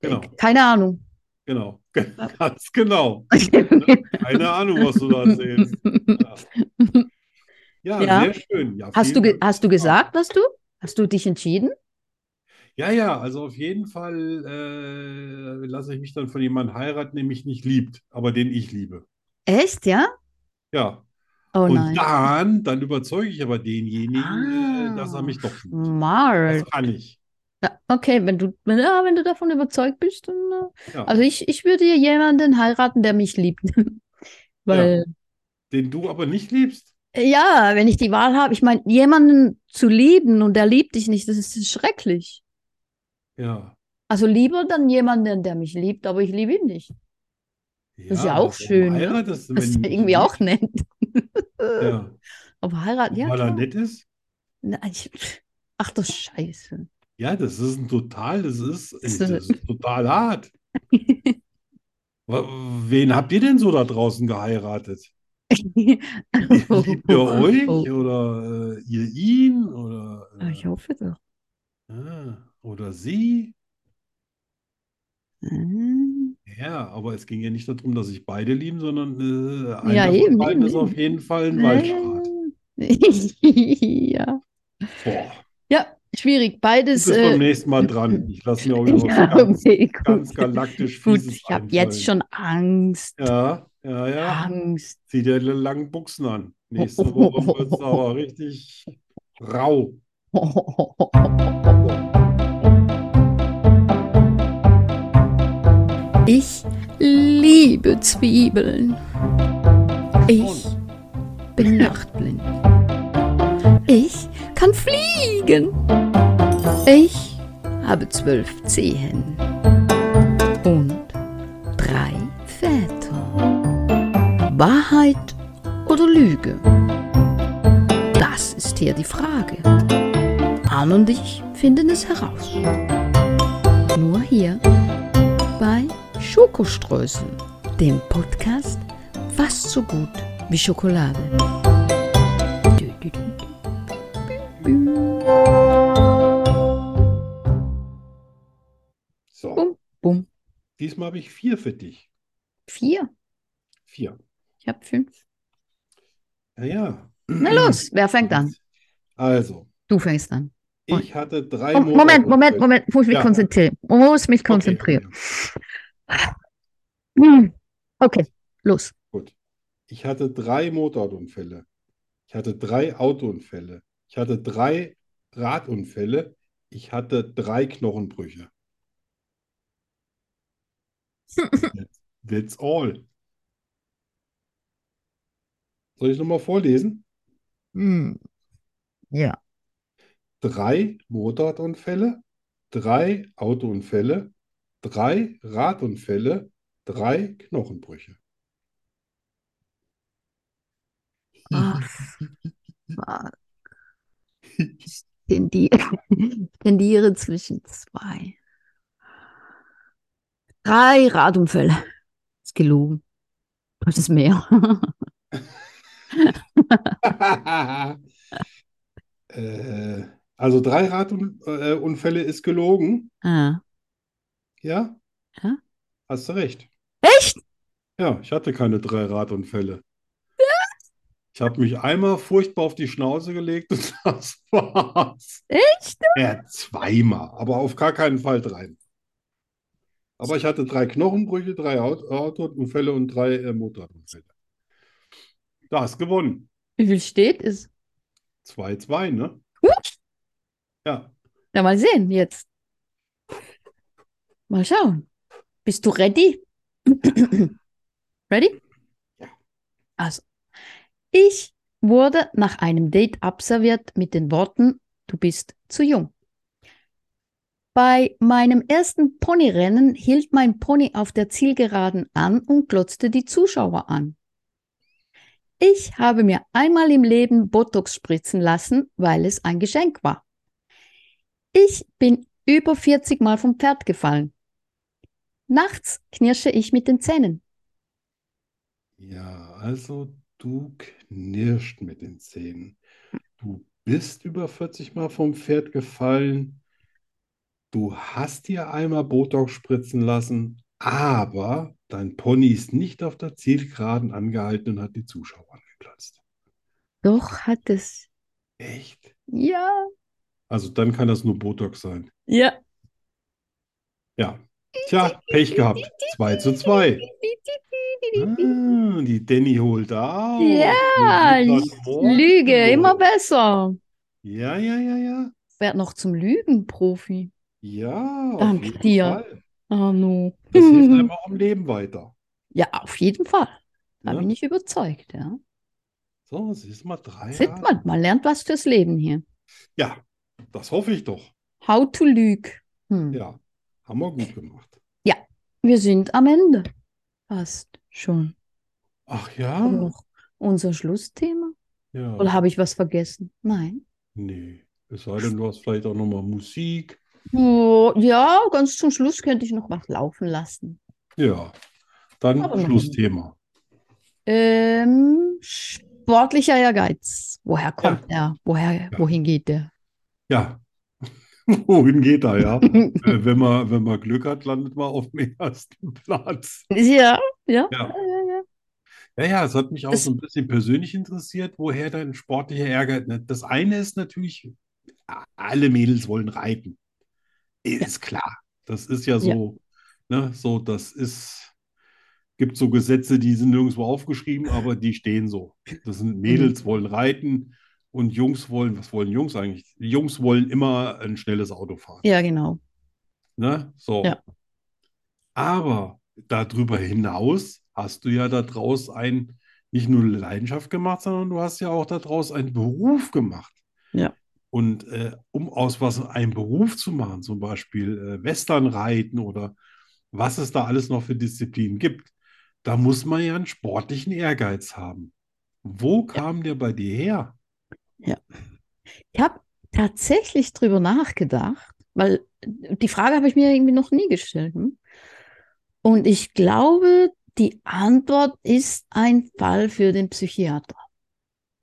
Genau,
Keine Ahnung.
genau. <laughs> Ganz genau. Keine Ahnung, was du
<laughs>
da erzählst. Ja,
Ja.
sehr schön. Ja,
Hast du,
vielen
ge
Dank.
hast du gesagt, was du? Hast du dich entschieden?
Ja, ja, also auf jeden Fall äh, lasse ich mich dann von jemandem heiraten, der mich nicht liebt, aber den ich liebe.
Echt, ja?
Ja.
Oh
Und
nein.
dann, dann überzeuge ich aber denjenigen, äh, dass er
Ah,
mich doch liebt.
Smart.
Das kann ich.
Ja, okay, wenn du, wenn, ja, wenn du davon überzeugt bist, dann. äh,
Ja.
Also ich, ich würde hier jemanden heiraten, der mich liebt. <laughs> Weil,
Den du aber nicht liebst.
ja, wenn ich die Wahl habe, ich meine, jemanden zu lieben und der liebt dich nicht, das ist schrecklich.
Ja.
Also lieber dann jemanden, der mich liebt, aber ich liebe ihn nicht. ist ja
aber
auch schön, ne?
Heiratest du,
Das
wenn
ist
du
ja
nicht
irgendwie
liebst?
auch nett.
Ja.
Aber heiraten, ja,
Weil er
klar.
nett ist?
Nein, ich, ach du Scheiße.
Ja, das ist ein total, das ist,
Das
das
ist-
ist
<laughs>
total hart. Wa- Wen habt ihr denn so da draußen geheiratet?
<laughs>
Liebt <laughs> ihr euch
Oh,
oder äh, ihr ihn oder,
ah,
äh,
ich hoffe doch.
ah, oder sie?
Mhm.
Hm.
Ja, aber es ging ja nicht darum, dass sich beide lieben, sondern äh, einer
Ja,
von
eben,
beiden
eben,
ist auf
eben.
jeden Fall ein Waldschrat.
<laughs> ja.
Boah,
ja, schwierig.
du
Beides.
bist
<laughs>
beim
Äh,
nächsten Mal dran. Ich lasse mir auch wieder
<laughs>
was
ja,
ganz,
okay, gut.
ganz galaktisch
gut,
Fieses
ich habe jetzt schon
einfallen.
Ah, Angst. Ähm,
Ja, ja, ja.
Angst.
Zieh dir die langen Buchsen an.
<laughs>
Nächste
Oh, oh,
Woche
oh,
wird es
oh, oh.
aber richtig rau.
Ich liebe Zwiebeln. Ich bin nachtblind. Ich kann fliegen. Ich habe zwölf Zehen und drei Väter. Wahrheit oder Lüge? Das ist hier die Frage. Anne und ich finden es heraus. Nur hier bei Schokoströßen, dem Podcast fast so gut wie Schokolade. Dü, dü, dü.
So,
Bumm, bumm.
diesmal habe ich vier für dich.
Vier.
Vier.
Ich habe fünf.
Ja, ja.
Na los, wer fängt an?
Also,
Du fängst an.
ich hatte drei
Oh, Moment,
Monate
Moment,
Zeit.
Moment. Muss mich
Ja.
konzentrieren. Muss mich
Okay,
konzentrieren.
ja,
Hm. Okay, los.
gut. Ich hatte drei Motorradunfälle. Ich hatte drei Autounfälle. Ich hatte drei Radunfälle. Ich hatte
<laughs>
drei Knochenbrüche. That's- That's all. Soll ich nochmal vorlesen?
Hm. Ja.
drei Motorradunfälle, drei Autounfälle, drei Radunfälle, drei Knochenbrüche.
Ah, fuck. <laughs> Ich tendiere, ich tendiere zwischen zwei. Drei Radunfälle. Ist gelogen. Das ist mehr.
<laughs> äh, also drei Radunfälle äh, Unfälle ist gelogen,
Ah.
ja?
Ja.
Hast du recht.
Echt?
Ja, ich hatte keine drei Radunfälle. Ich habe mich einmal furchtbar auf die Schnauze gelegt und <laughs> das war's.
Echt?
Ja, zweimal, aber auf gar keinen Fall drei. Aber ich hatte drei Knochenbrüche, drei Aut- Autounfälle und drei äh, Motorradunfälle. Da hast gewonnen.
Wie viel steht es?
2-2, ne? Ja,
Na, mal sehen jetzt. Mal schauen. Bist du ready? <clears throat> ready? Also, ich wurde nach einem Date abserviert mit den Worten, du bist zu jung. Bei meinem ersten Ponyrennen hielt mein Pony auf der Zielgeraden an und glotzte die Zuschauer an. Ich habe mir einmal im Leben Botox spritzen lassen, weil es ein Geschenk war. Ich bin über 40 Mal vom Pferd gefallen. Nachts knirsche ich mit den Zähnen.
ja, also du knirscht mit den Zähnen. Du bist über 40 Mal vom Pferd gefallen. Du hast dir einmal Botox spritzen lassen, aber dein Pony ist nicht auf der Zielgeraden angehalten und hat die Zuschauer angeklatzt.
Doch hat es.
Echt?
Ja.
Also dann kann das nur Botox sein.
Ja.
Ja. Tja, Pech gehabt. 2 zu 2. Ah, die Danny holt auf.
Ja,
Die
nicht
Mutter Morgen.
Lüge, immer besser.
Genau. Ja, ja, ja, ja.
Werd noch zum Lügenprofi.
Ja, auf
Dank
jeden
dir.
Fall.
Ah, no.
Das
<laughs>
hilft einem auch im Leben weiter.
Ja, auf jeden Fall. Da
Ja.
bin ich überzeugt. Ja.
So, es ist mal drei.
Sieht man, man lernt was fürs Leben hier.
Ja, das hoffe ich doch.
How to lüge. Hm.
Ja, haben wir gut gemacht.
Wir sind am Ende. Fast schon.
Ach
Haben wir
ja?
noch unser Schlussthema? Oder
Ja.
habe ich was vergessen? Nein.
Nee. Es sei denn, du hast vielleicht auch nochmal Musik.
Oh, ja, ganz zum Schluss könnte ich noch was laufen lassen.
Ja. Dann
Aber noch
Schlussthema.
Ähm, sportlicher Ehrgeiz. Woher kommt er? Woher, wohin geht der?
Ja. <laughs> Wohin geht er,
<laughs>
ja? Äh, Wenn man, wenn man Glück hat, landet man auf dem <laughs> ersten Platz.
Ja, ja.
Ja.
ja, ja.
Ja, ja, es hat mich auch
Es-
so ein bisschen persönlich interessiert, woher dein sportlicher Ehrgeiz. ne? Das eine ist natürlich, a- alle Mädels wollen reiten. Ist klar. Das ist ja so, ne, so, das ist, gibt so Gesetze, die sind nirgendwo aufgeschrieben, aber die stehen so. Das sind Mädels wollen reiten und Jungs wollen, was wollen Jungs eigentlich? Jungs wollen immer ein schnelles Auto fahren.
ja genau.
Ne? So.
Ja.
Aber darüber hinaus hast du ja daraus ein, nicht nur eine Leidenschaft gemacht, sondern du hast ja auch daraus einen Beruf gemacht.
Ja.
Und äh, um aus was einen Beruf zu machen, zum Beispiel äh, Westernreiten oder was es da alles noch für Disziplinen gibt, da muss man ja einen sportlichen Ehrgeiz haben. Wo kam der bei dir her? <laughs>
Ich habe tatsächlich drüber nachgedacht, weil die Frage habe ich mir irgendwie noch nie gestellt. Hm? Und ich glaube, die Antwort ist ein Fall für den Psychiater.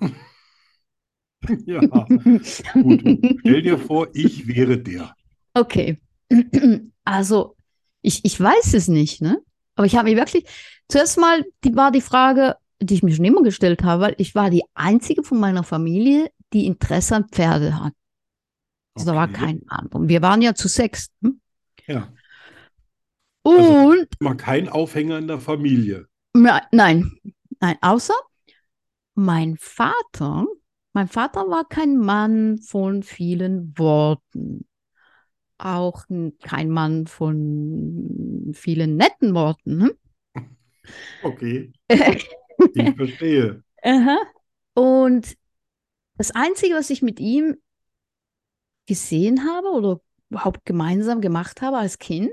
<laughs>
Ja, gut. Stell dir vor, ich wäre der.
Okay. <clears throat> Also, ich, ich weiß es nicht, ne? Aber ich habe mir wirklich, zuerst mal die, war die Frage, die ich mir schon immer gestellt habe, weil ich war die einzige von meiner Familie, die Interesse an Pferde hat. Also da war
Okay.
kein anderer. Und Wir waren ja zu sechs. Hm?
Ja.
Und,
Also- Mal kein Aufhänger in der Familie.
na- nein, nein, außer mein Vater, mein Vater war kein Mann von vielen Worten. Auch n- kein Mann von vielen netten Worten. Hm? <laughs>
Okay. Ich verstehe.
Aha. Und das Einzige, was ich mit ihm gesehen habe oder überhaupt gemeinsam gemacht habe als Kind,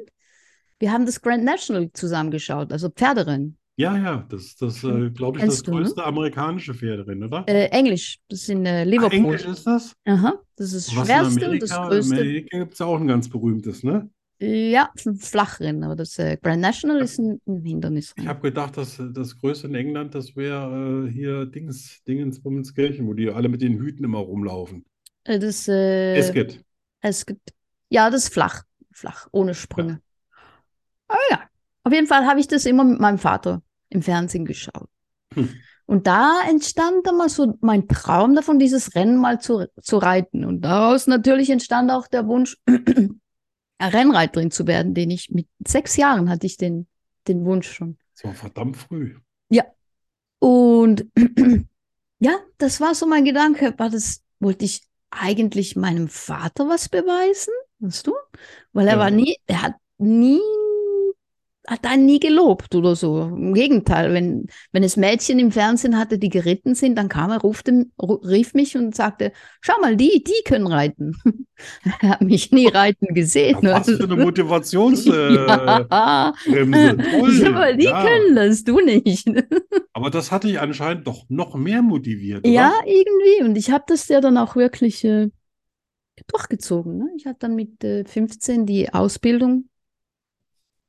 wir haben das Grand National zusammengeschaut, also Pferderennen.
Ja, ja, das ist das, äh, glaube ich,
Kennst
das
du, ne?
größte amerikanische Pferderennen, oder?
Äh, Englisch, das ist in äh,
Ah,
Liverpool.
Englisch ist das?
Aha. Das ist das
Was in
Schwerste und das
Amerika?
Größte.
In Amerika gibt es ja auch ein ganz berühmtes, ne?
Ja, ein Flachrennen, aber das äh, Grand National ist ein, ein
Ich
Hindernisrennen.
habe gedacht, dass äh, das größte in England, das wäre äh, hier Dings, Dingens, Bummenskirchen, wo die alle mit den Hüten immer rumlaufen.
Äh, Das, äh,
Es geht.
es gibt, ja, das ist flach, flach, ohne Sprünge. Aber ja, auf jeden Fall habe ich das immer mit meinem Vater im Fernsehen geschaut.
Hm.
Und da entstand einmal so mein Traum davon, dieses Rennen mal zu, zu reiten. Und daraus natürlich entstand auch der Wunsch, <clears throat> Rennreiterin zu werden, den ich mit sechs Jahren hatte ich den, den Wunsch schon.
Das war
<laughs>
verdammt früh.
Und <clears throat> ja, das war so mein Gedanke. War das, wollte ich eigentlich meinem Vater was beweisen? Weißt du? Weil er
Ja.
war nie, er hat nie, hat einen nie gelobt oder so. Im Gegenteil, wenn, wenn es Mädchen im Fernsehen hatte, die geritten sind, dann kam er, rufte, ru- rief mich und sagte, schau mal, die, die können reiten. <laughs> er hat mich nie reiten gesehen. Also,
Ja, was
<laughs>
für eine Motivationsbremse.
ja.
Toll.
Schau mal, die
ja.
können das, du nicht.
Aber das hatte ich anscheinend doch noch mehr motiviert. Oder?
Ja, irgendwie. Und ich habe das ja dann auch wirklich äh, durchgezogen. Ne? Ich habe dann mit äh, 15 die Ausbildung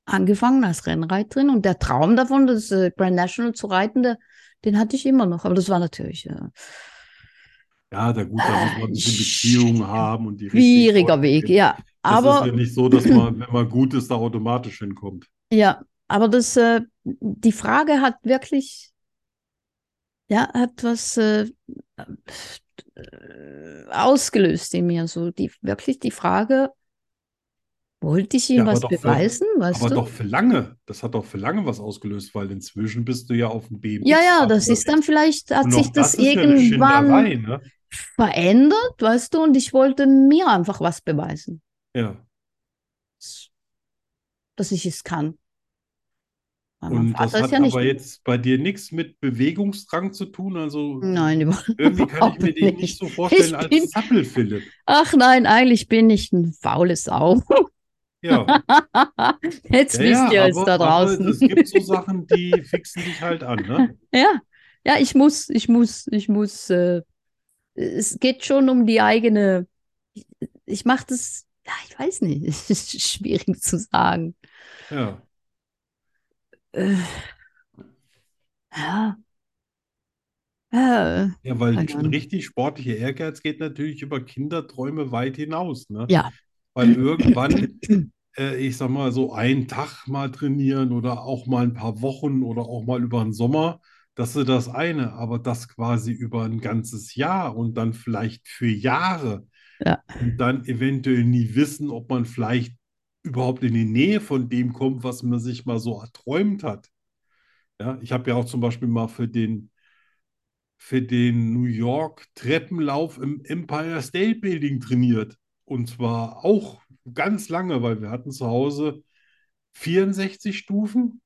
angefangen als Rennreiterin. Und der Traum davon, das äh, Grand National zu reiten, der, den hatte ich immer noch. Aber das war natürlich äh,
Ja, da gut, da muss man ein bisschen
Äh,
Beziehungen haben und die richtigen
schwieriger
Leute
Weg,
kennen.
ja.
Das ist
Aber
ja nicht
<clears throat>
so, dass man, wenn man gut ist, da automatisch hinkommt.
Ja, aber das, äh, die Frage hat wirklich, ja, hat was äh, äh, ausgelöst in mir. So die, wirklich die Frage, wollte ich ihm
Ja, aber
was
doch für-
beweisen, weißt
Aber
du?
doch für lange. Das hat doch für lange was ausgelöst, weil inzwischen bist du ja auf dem BMX.
Ja, ja, das ist dann vielleicht, hat sich das
also das ist ja eine
irgendwann
Schinderei, ne?
verändert, weißt du, und ich wollte mir einfach was beweisen,
Ja.
dass ich es kann. Weil mein
Und
Vater
das
ist
hat
ja nicht.
aber jetzt bei dir nichts mit Bewegungsdrang zu tun. Also
Nein, überhaupt
irgendwie kann ich mir dich
nicht.
nicht so vorstellen
Ich
als
bin-
Zappel-Philipp.
Ach nein, eigentlich bin ich ein faules Sau. <laughs>
Ja.
Jetzt wisst
Ja, ja,
ihr es
aber,
da
Aber es
draußen.
gibt so Sachen, die fixen dich halt an, ne?
<laughs> Ja, ja, ich muss, ich muss, ich muss. Äh, es geht schon um die eigene. Ich, ich mache das. Ja, ich weiß nicht. <laughs> Es ist schwierig zu sagen.
Ja.
Äh, ja. Äh,
Ja, weil
Keine
ein
Ahnung.
richtig sportlicher Ehrgeiz geht natürlich über Kinderträume weit hinaus, ne?
Ja.
Weil irgendwann, äh, ich sag mal, so einen Tag mal trainieren oder auch mal ein paar Wochen oder auch mal über den Sommer, das ist das eine, aber das quasi über ein ganzes Jahr und dann vielleicht für Jahre
Ja.
und dann eventuell nie wissen, ob man vielleicht überhaupt in die Nähe von dem kommt, was man sich mal so erträumt hat. Ja, ich habe ja auch zum Beispiel mal für den für den New York Treppenlauf im Empire State Building trainiert. Und zwar auch ganz lange, weil wir hatten zu Hause 64 Stufen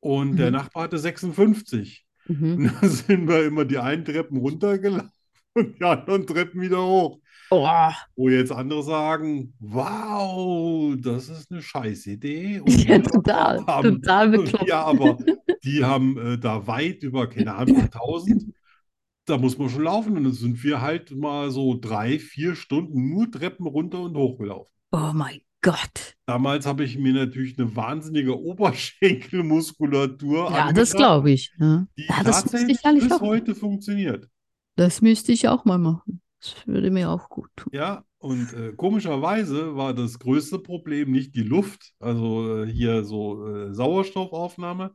und der
Mhm.
Nachbar hatte 56.
mhm.
<laughs> Und da sind wir immer die einen Treppen runtergelaufen <laughs> und die anderen Treppen wieder hoch.
Boah.
Wo jetzt andere sagen, wow, das ist eine
<laughs>
Scheißidee. Und
Ja,
wir
total,
haben-
total bekloppt.
Hm, ja, aber die haben äh, da weit über, keine Ahnung, 1000. Da muss man schon laufen. Und dann sind wir halt mal so drei, vier Stunden nur Treppen runter und hochgelaufen.
Oh mein Gott.
Damals habe ich mir natürlich eine wahnsinnige Oberschenkelmuskulatur
Ja, das
angetan,
glaube ich. Ja.
die
Ja, das müsste ich
tatsächlich
eigentlich
bis
auch.
heute funktioniert.
Das müsste ich auch mal machen. Das würde mir auch gut tun.
Ja, und äh, komischerweise war das größte Problem nicht die Luft, also äh, hier so äh, Sauerstoffaufnahme,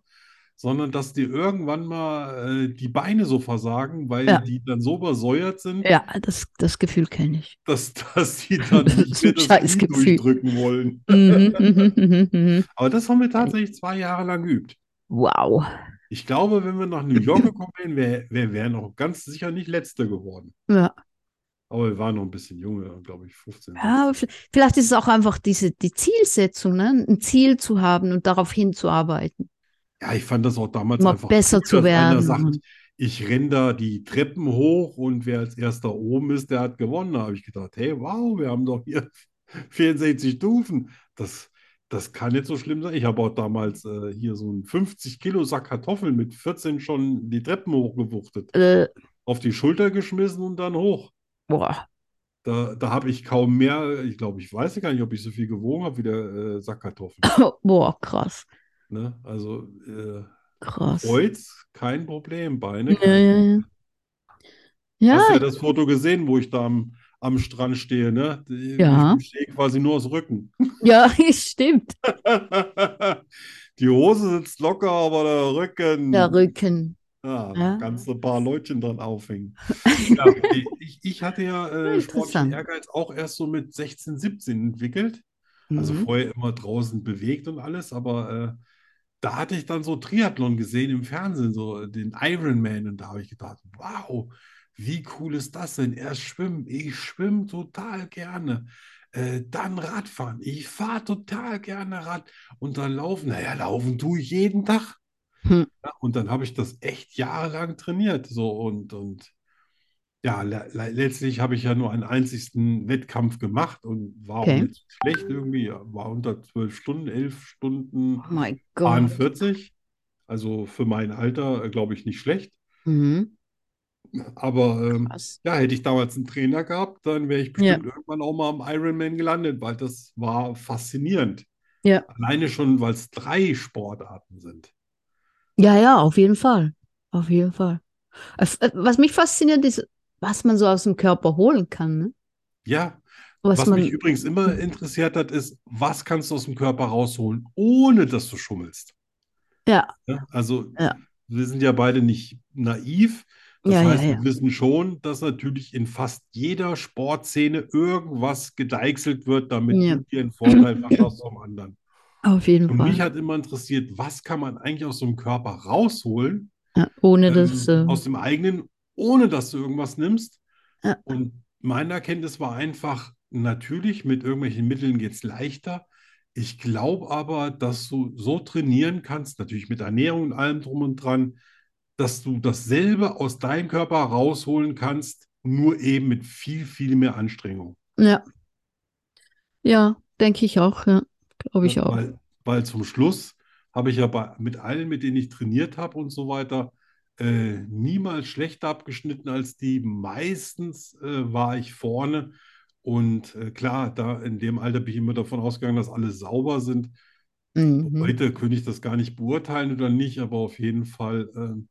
sondern dass dir irgendwann mal äh, die Beine so versagen, weil
Ja.
die dann so übersäuert sind,
Ja, das, das Gefühl kenne ich.
dass, dass die
<laughs>
dann
Das
nicht
ist
mehr
ein
das
scheiß
Knie
Gefühl.
durchdrücken wollen.
Mhm, mhm, mhm, mhm.
Aber das haben wir tatsächlich zwei Jahre lang geübt.
wow.
Ich glaube, wenn wir nach New York gekommen wären, wir, wir wären auch ganz sicher nicht Letzter geworden.
Ja.
Aber wir waren noch ein bisschen jünger, glaube ich, 15,
Ja, aber v- vielleicht ist es auch einfach diese, die Zielsetzung, ne? ein Ziel zu haben und darauf hinzuarbeiten.
Ja, ich fand das auch damals
Immer
einfach
besser zu
dass einer
werden
sagt,
und-
ich renne da die Treppen hoch und wer als erster oben ist, der hat gewonnen. Da habe ich gedacht, hey, wow, wir haben doch hier <laughs> 64 Stufen. Das, das kann nicht so schlimm sein. Ich habe auch damals äh, hier so einen 50-Kilo-Sack Kartoffeln mit 14 schon die Treppen hochgewuchtet,
Äh, <laughs>
auf die Schulter geschmissen und dann hoch.
boah.
Da, da habe ich kaum mehr, ich glaube, ich weiß gar nicht, ob ich so viel gewogen habe wie der äh, Sack Kartoffeln.
boah, krass,
Ne? Also äh,
krass.
Kreuz, kein Problem, Beine,
Ja,
kein
ja, ja.
Hast ja
ja,
das Foto gesehen, wo ich da am, am Strand stehe, ne? Die-
Ja.
Ich stehe quasi nur aus Rücken. <laughs>
ja, <laughs> stimmt.
Die Hose sitzt locker, aber der Rücken.
Der Rücken.
Ja.
Ja, da kannst du ein paar Leutchen dran aufhängen. Ja, ich, ich hatte ja äh, sportlichen
Interessant.
Ehrgeiz auch erst so mit 16, 17 entwickelt. Also
Hm.
Mhm.
vorher immer draußen bewegt und alles, aber äh, da hatte ich dann so Triathlon gesehen im Fernsehen, so den Ironman und da habe ich gedacht, wow, wie cool ist das denn? Erst schwimmen, ich schwimme total gerne. Äh, dann Radfahren, ich fahre total gerne Rad und dann laufen, naja, laufen tue ich jeden Tag.
Hm.
Ja, und dann habe ich das echt jahrelang trainiert, so und und ja, le le letztlich habe ich ja nur einen einzigen Wettkampf gemacht und war auch
Okay.
nicht schlecht irgendwie, war unter 12 Stunden, 11 Stunden
Oh mein Gott.
42. Also für mein Alter, äh, glaube ich, nicht schlecht.
Mhm.
Aber ähm,
Krass.
ja, hätte ich damals einen Trainer gehabt, dann wäre ich
Ja.
bestimmt irgendwann auch mal am Ironman gelandet, weil das war faszinierend.
Ja.
Alleine schon, weil es drei Sportarten sind.
Ja, ja, auf jeden Fall. Auf jeden Fall. Äh, f- äh, Was mich fasziniert, ist, was man so aus dem Körper holen kann. Ne?
Ja,
Was,
was
man.
mich übrigens immer interessiert hat, ist, was kannst du aus dem Körper rausholen, ohne dass du schummelst?
Ja.
Ja, also
Ja.
wir sind ja beide nicht naiv. Das
Ja, ja,
heißt, wir
ja.
wissen schon, dass natürlich in fast jeder Sportszene irgendwas gedeichselt wird, damit
Ja.
du dir
<clears throat>
einen Vorteil verschaffst am anderen.
auf jeden
Und mich
Fall.
hat immer interessiert, was kann man eigentlich aus so einem Körper rausholen,
Ja, ohne
ähm,
das. Äh,
aus dem eigenen, ohne dass du irgendwas nimmst.
Ja.
Und meine Erkenntnis war einfach, natürlich, mit irgendwelchen Mitteln geht es leichter. Ich glaube aber, dass du so trainieren kannst, natürlich mit Ernährung und allem drum und dran, dass du dasselbe aus deinem Körper rausholen kannst, nur eben mit viel, viel mehr Anstrengung.
ja. Ja, denke ich auch. Ja. Glaube ich auch.
Ne, Weil, weil zum Schluss habe ich ja bei, mit allen, mit denen ich trainiert habe und so weiter, äh, niemals schlechter abgeschnitten als die. Meistens äh, war ich vorne. Und äh, klar, da in dem Alter bin ich immer davon ausgegangen, dass alle sauber sind.
Mhm.
Heute könnte ich das gar nicht beurteilen oder nicht, aber auf jeden Fall, ähm,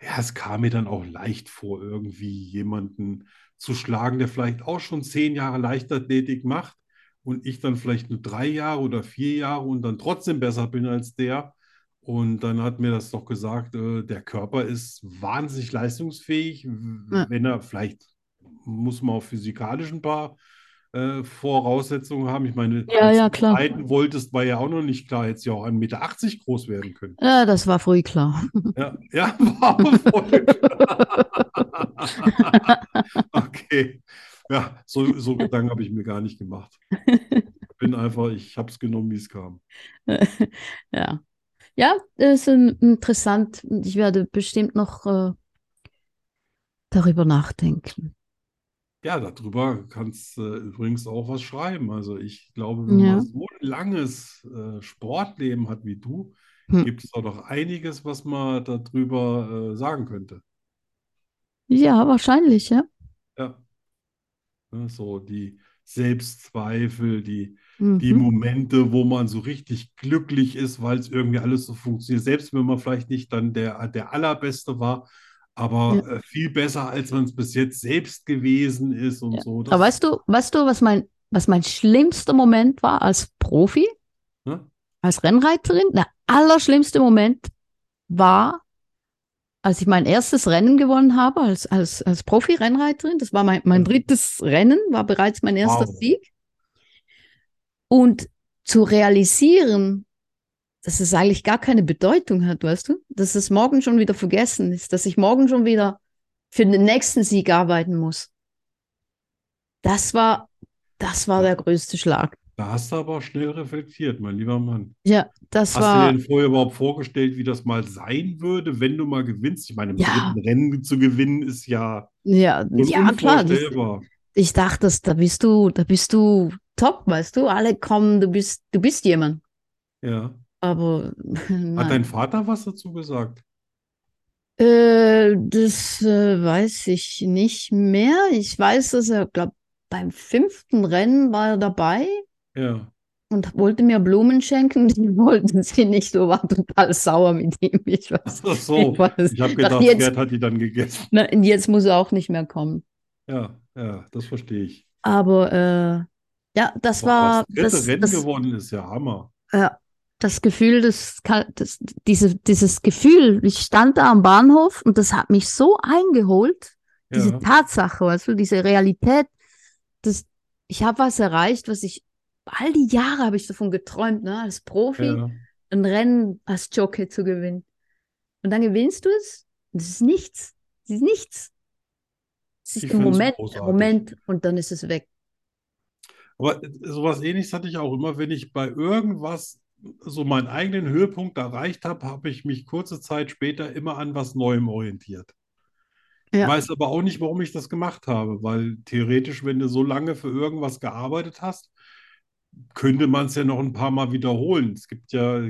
ja, es kam mir dann auch leicht vor, irgendwie jemanden zu schlagen, der vielleicht auch schon zehn Jahre Leichtathletik macht und ich dann vielleicht nur drei Jahre oder vier Jahre und dann trotzdem besser bin als der. Und dann hat mir das doch gesagt, äh, der Körper ist wahnsinnig leistungsfähig, w-
Ja.
wenn er vielleicht muss man auch physikalisch ein paar äh, Voraussetzungen haben. Ich meine,
Ja,
als
ja,
du
klar.
reiten wolltest, war ja auch noch nicht klar. Hättest ja auch 1,80 Meter groß werden können.
Ja, das war früh klar.
Ja, ja, <laughs> war aber voll klar. <laughs> Okay. Ja, so, so Gedanken habe ich mir gar nicht gemacht. Bin einfach, ich habe es genommen, wie es kam.
Ja. Ja, das ist ähm, interessant. und Ich werde bestimmt noch äh, darüber nachdenken.
Ja, darüber kannst du äh, übrigens auch was schreiben. Also ich glaube, wenn
Ja.
man so ein langes äh, Sportleben hat wie du,
Hm.
gibt es auch noch einiges, was man darüber äh, sagen könnte.
Ja, wahrscheinlich, ja.
Ja. Ne, so die Selbstzweifel, die die
Mhm.
Momente, wo man so richtig glücklich ist, weil es irgendwie alles so funktioniert. Selbst wenn man vielleicht nicht dann der, der Allerbeste war, aber äh, viel besser, als man es bis jetzt selbst gewesen ist und
Ja.
so. Das,
Aber weißt du, weißt du, was mein, was mein schlimmster Moment war als Profi,
ne?
als Rennreiterin? Der allerschlimmste Moment war, als ich mein erstes Rennen gewonnen habe, als, als, als Profi-Rennreiterin. Das war mein, mein drittes Rennen, war bereits mein erster
Wow.
Sieg. Und zu realisieren, dass es eigentlich gar keine Bedeutung hat, weißt du? Dass es morgen schon wieder vergessen ist, dass ich morgen schon wieder für den nächsten Sieg arbeiten muss. Das war, das war der größte Schlag.
Da hast du aber schnell reflektiert, mein lieber Mann.
Ja, das
Hast
war.
du dir denn vorher überhaupt vorgestellt, wie das mal sein würde, wenn du mal gewinnst? Ich meine, im
Ja.
dritten Rennen zu gewinnen ist ja
Ja,
schon
ja, klar. Das,
unvorstellbar.
ich dachte, das, da bist du, da bist du top, weißt du? Alle kommen, du bist, du bist jemand.
Ja.
Aber <laughs>
Hat
nein.
dein Vater was dazu gesagt?
Äh, das äh, weiß ich nicht mehr. Ich weiß, dass er, glaube beim fünften Rennen war er dabei
Ja.
und wollte mir Blumen schenken. <laughs> Die wollten sie nicht. So war total sauer mit ihm. Ich weiß.
Ach so.
Ich weiß.
Ich habe gedacht,
jetzt-
Gerd hat die dann gegessen.
Na, und jetzt muss er auch nicht mehr kommen.
Ja, ja, das verstehe ich.
Aber äh, ja, das
Boah,
war
das dritte
das,
Rennen
das,
gewonnen ist ja Hammer.
das Gefühl, des, Kal- des, diese, dieses Gefühl, ich stand da am Bahnhof und das hat mich so eingeholt, diese
Ja.
Tatsache, weißt du, diese Realität, dass ich habe was erreicht, was ich, all die Jahre habe ich davon geträumt, ne, als Profi
Ja.
ein Rennen als Jockey zu gewinnen. Und dann gewinnst du es. und Es ist nichts. Es ist nichts. Es ist der
Ich find's
Moment, der
großartig.
Moment und dann ist es weg.
Aber sowas ähnliches hatte ich auch immer, wenn ich bei irgendwas so meinen eigenen Höhepunkt erreicht habe, habe ich mich kurze Zeit später immer an was Neuem orientiert. Ich
Ja.
weiß aber auch nicht, warum ich das gemacht habe, weil theoretisch, wenn du so lange für irgendwas gearbeitet hast, könnte man es ja noch ein paar Mal wiederholen. Es gibt ja,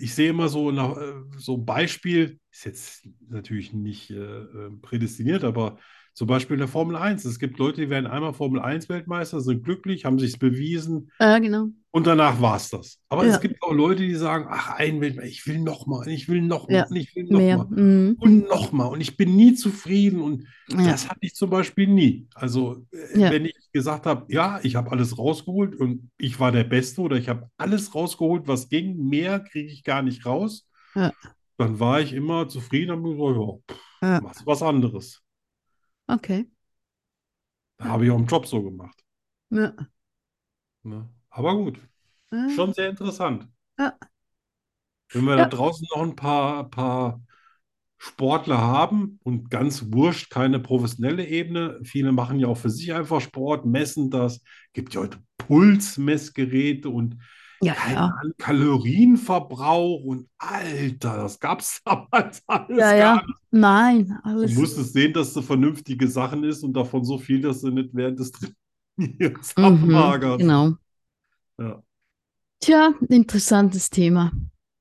ich sehe immer so, nach, äh, so ein Beispiel, ist jetzt natürlich nicht äh, äh, prädestiniert, aber zum Beispiel in der Formel 1. Es gibt Leute, die werden einmal Formel 1 Weltmeister, sind glücklich, haben sich's bewiesen
Ja, genau.
und danach war's das. Aber es
Ja.
gibt auch Leute, die sagen, ach, ein Weltmeister, ich will noch mal, ich will noch mal
Ja,
und ich will noch
Mehr.
mal
Mhm.
und noch mal und ich bin nie zufrieden und
Ja.
das hatte ich zum Beispiel nie. Also äh,
Ja.
wenn ich gesagt habe, ja, ich habe alles rausgeholt und ich war der Beste oder ich habe alles rausgeholt, was ging, mehr kriege ich gar nicht raus,
Ja.
dann war ich immer zufrieden und hab gesagt, ja,
Ja.
pff, machst was anderes.
Okay.
Da habe ich auch im Job so gemacht.
Ja.
Ne? Aber gut,
Ja.
schon sehr interessant.
Ja.
Wenn wir
Ja.
da draußen noch ein paar, paar Sportler haben und ganz wurscht, keine professionelle Ebene, viele machen ja auch für sich einfach Sport, messen das, gibt ja heute Pulsmessgeräte und
Ja,
keine
ja.
Ahnung, Kalorienverbrauch und Alter, das gab es damals <laughs> alles
Ja,
gar
ja.
nicht.
Nein,
Du
alles.
musstest sehen, dass du vernünftige Sachen isst und davon so viel, dass du nicht während des Trainierens
Mhm,
abmagerst.
Genau.
Ja.
Tja, interessantes Thema.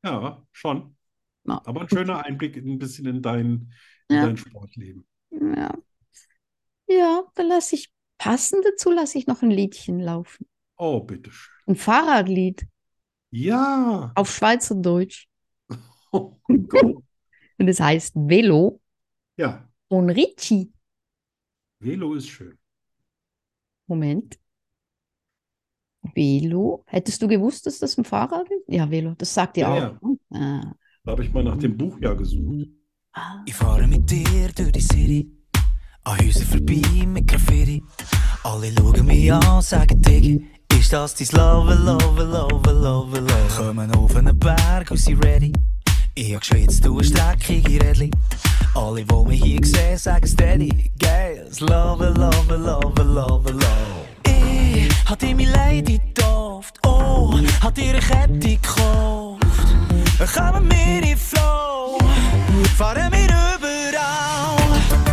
Ja, schon.
Ja.
Aber ein schöner Einblick in ein bisschen in dein, in
Genau. Ja.
dein Sportleben.
Ja. Ja, da lasse ich, passend dazu lasse ich noch ein Liedchen laufen.
Oh, bitteschön.
Ein Fahrradlied
Ja.
auf Schweizerdeutsch.
Oh, Gott.
Und es heißt Velo
Ja,
von Ricci.
Velo ist schön.
Moment. Velo? Hättest du gewusst, dass das ein Fahrrad ist? Ja, Velo, das sagt ihr
Ja,
auch.
ja.
ne?
Da habe ich mal nach dem Buch ja gesucht.
Ah.
Ich fahre mit dir durch die City, an Häusern vorbei mit Graffiti. Alle schauen mich an, sagen Diggi, ist das dein Love, Love, Love, Love, Love? Kommen auf einen Berg und sind ready. Ich hab geschwitzt, du er hast dreckige Rädli. Alle, die mich hier sehen, sagen steady, geil, das Love, Love, Love, Love, Love. Eh, Ich hab dir meine Lady getauft, oh, hab dir eine Kette gekauft. Kommen wir in Flow, fahren wir überall.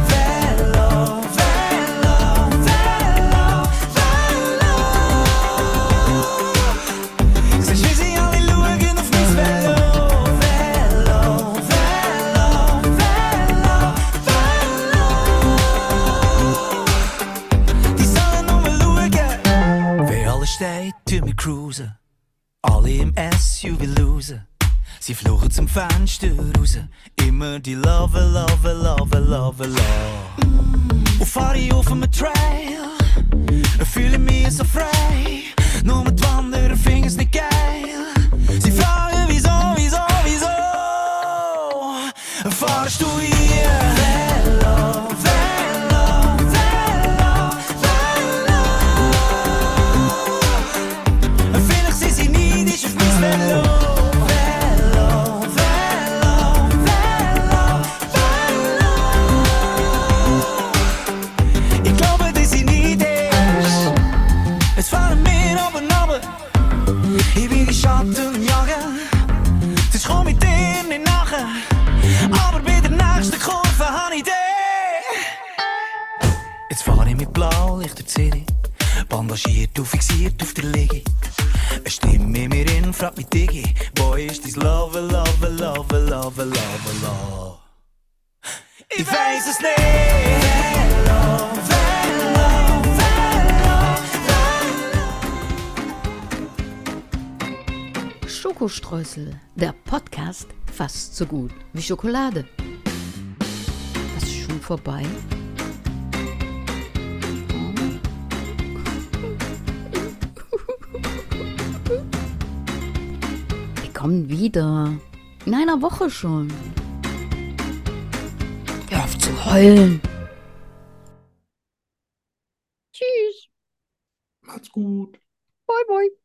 Velo, Velo, Velo, Velo. Siehst, wie sie alle schauen auf mein Velo. Velo, Velo, Velo, Velo. Die sollen nur mal schauen. Wer alles steht, tun wir cruisen. Alle im SUV losen. Sie fluchen zum Fenster raus. Immer die Love, Love, Love, Love, Love. Und fahre ich auf einem Trail. Fühle mich so frei. Nur mit Wandern finde ich's nicht geil. Sie fragen, wieso, wieso, wieso. Fahrst du hier? Velo, Velo, Velo, Velo. Vielleicht sind sie neidisch auf mein Velo. Velo, Velo, Velo, Velo. Ich glaube, die sind neidisch. Es fahren mir oben runter. Ich bin die Schattenjäger. Sonst komm ich dir nicht nachher. Aber bei der nächsten Kurve hab ich dich. Jetzt fahre ich mit Blaulicht durch die City. Bandagiert und fixiert auf der Liege. Eine Stimme in mir in fragt mich Digi. Wo ist dein Love, Love, Love, Love, Love, Love? Ich weiß es nicht. Velo, Velo,
Schokostreusel, der Podcast fast so gut wie Schokolade. Was ist schon vorbei? kommen wieder. In einer Woche schon. Hör auf zu heulen.
Tschüss.
Macht's gut.
Bye, bye.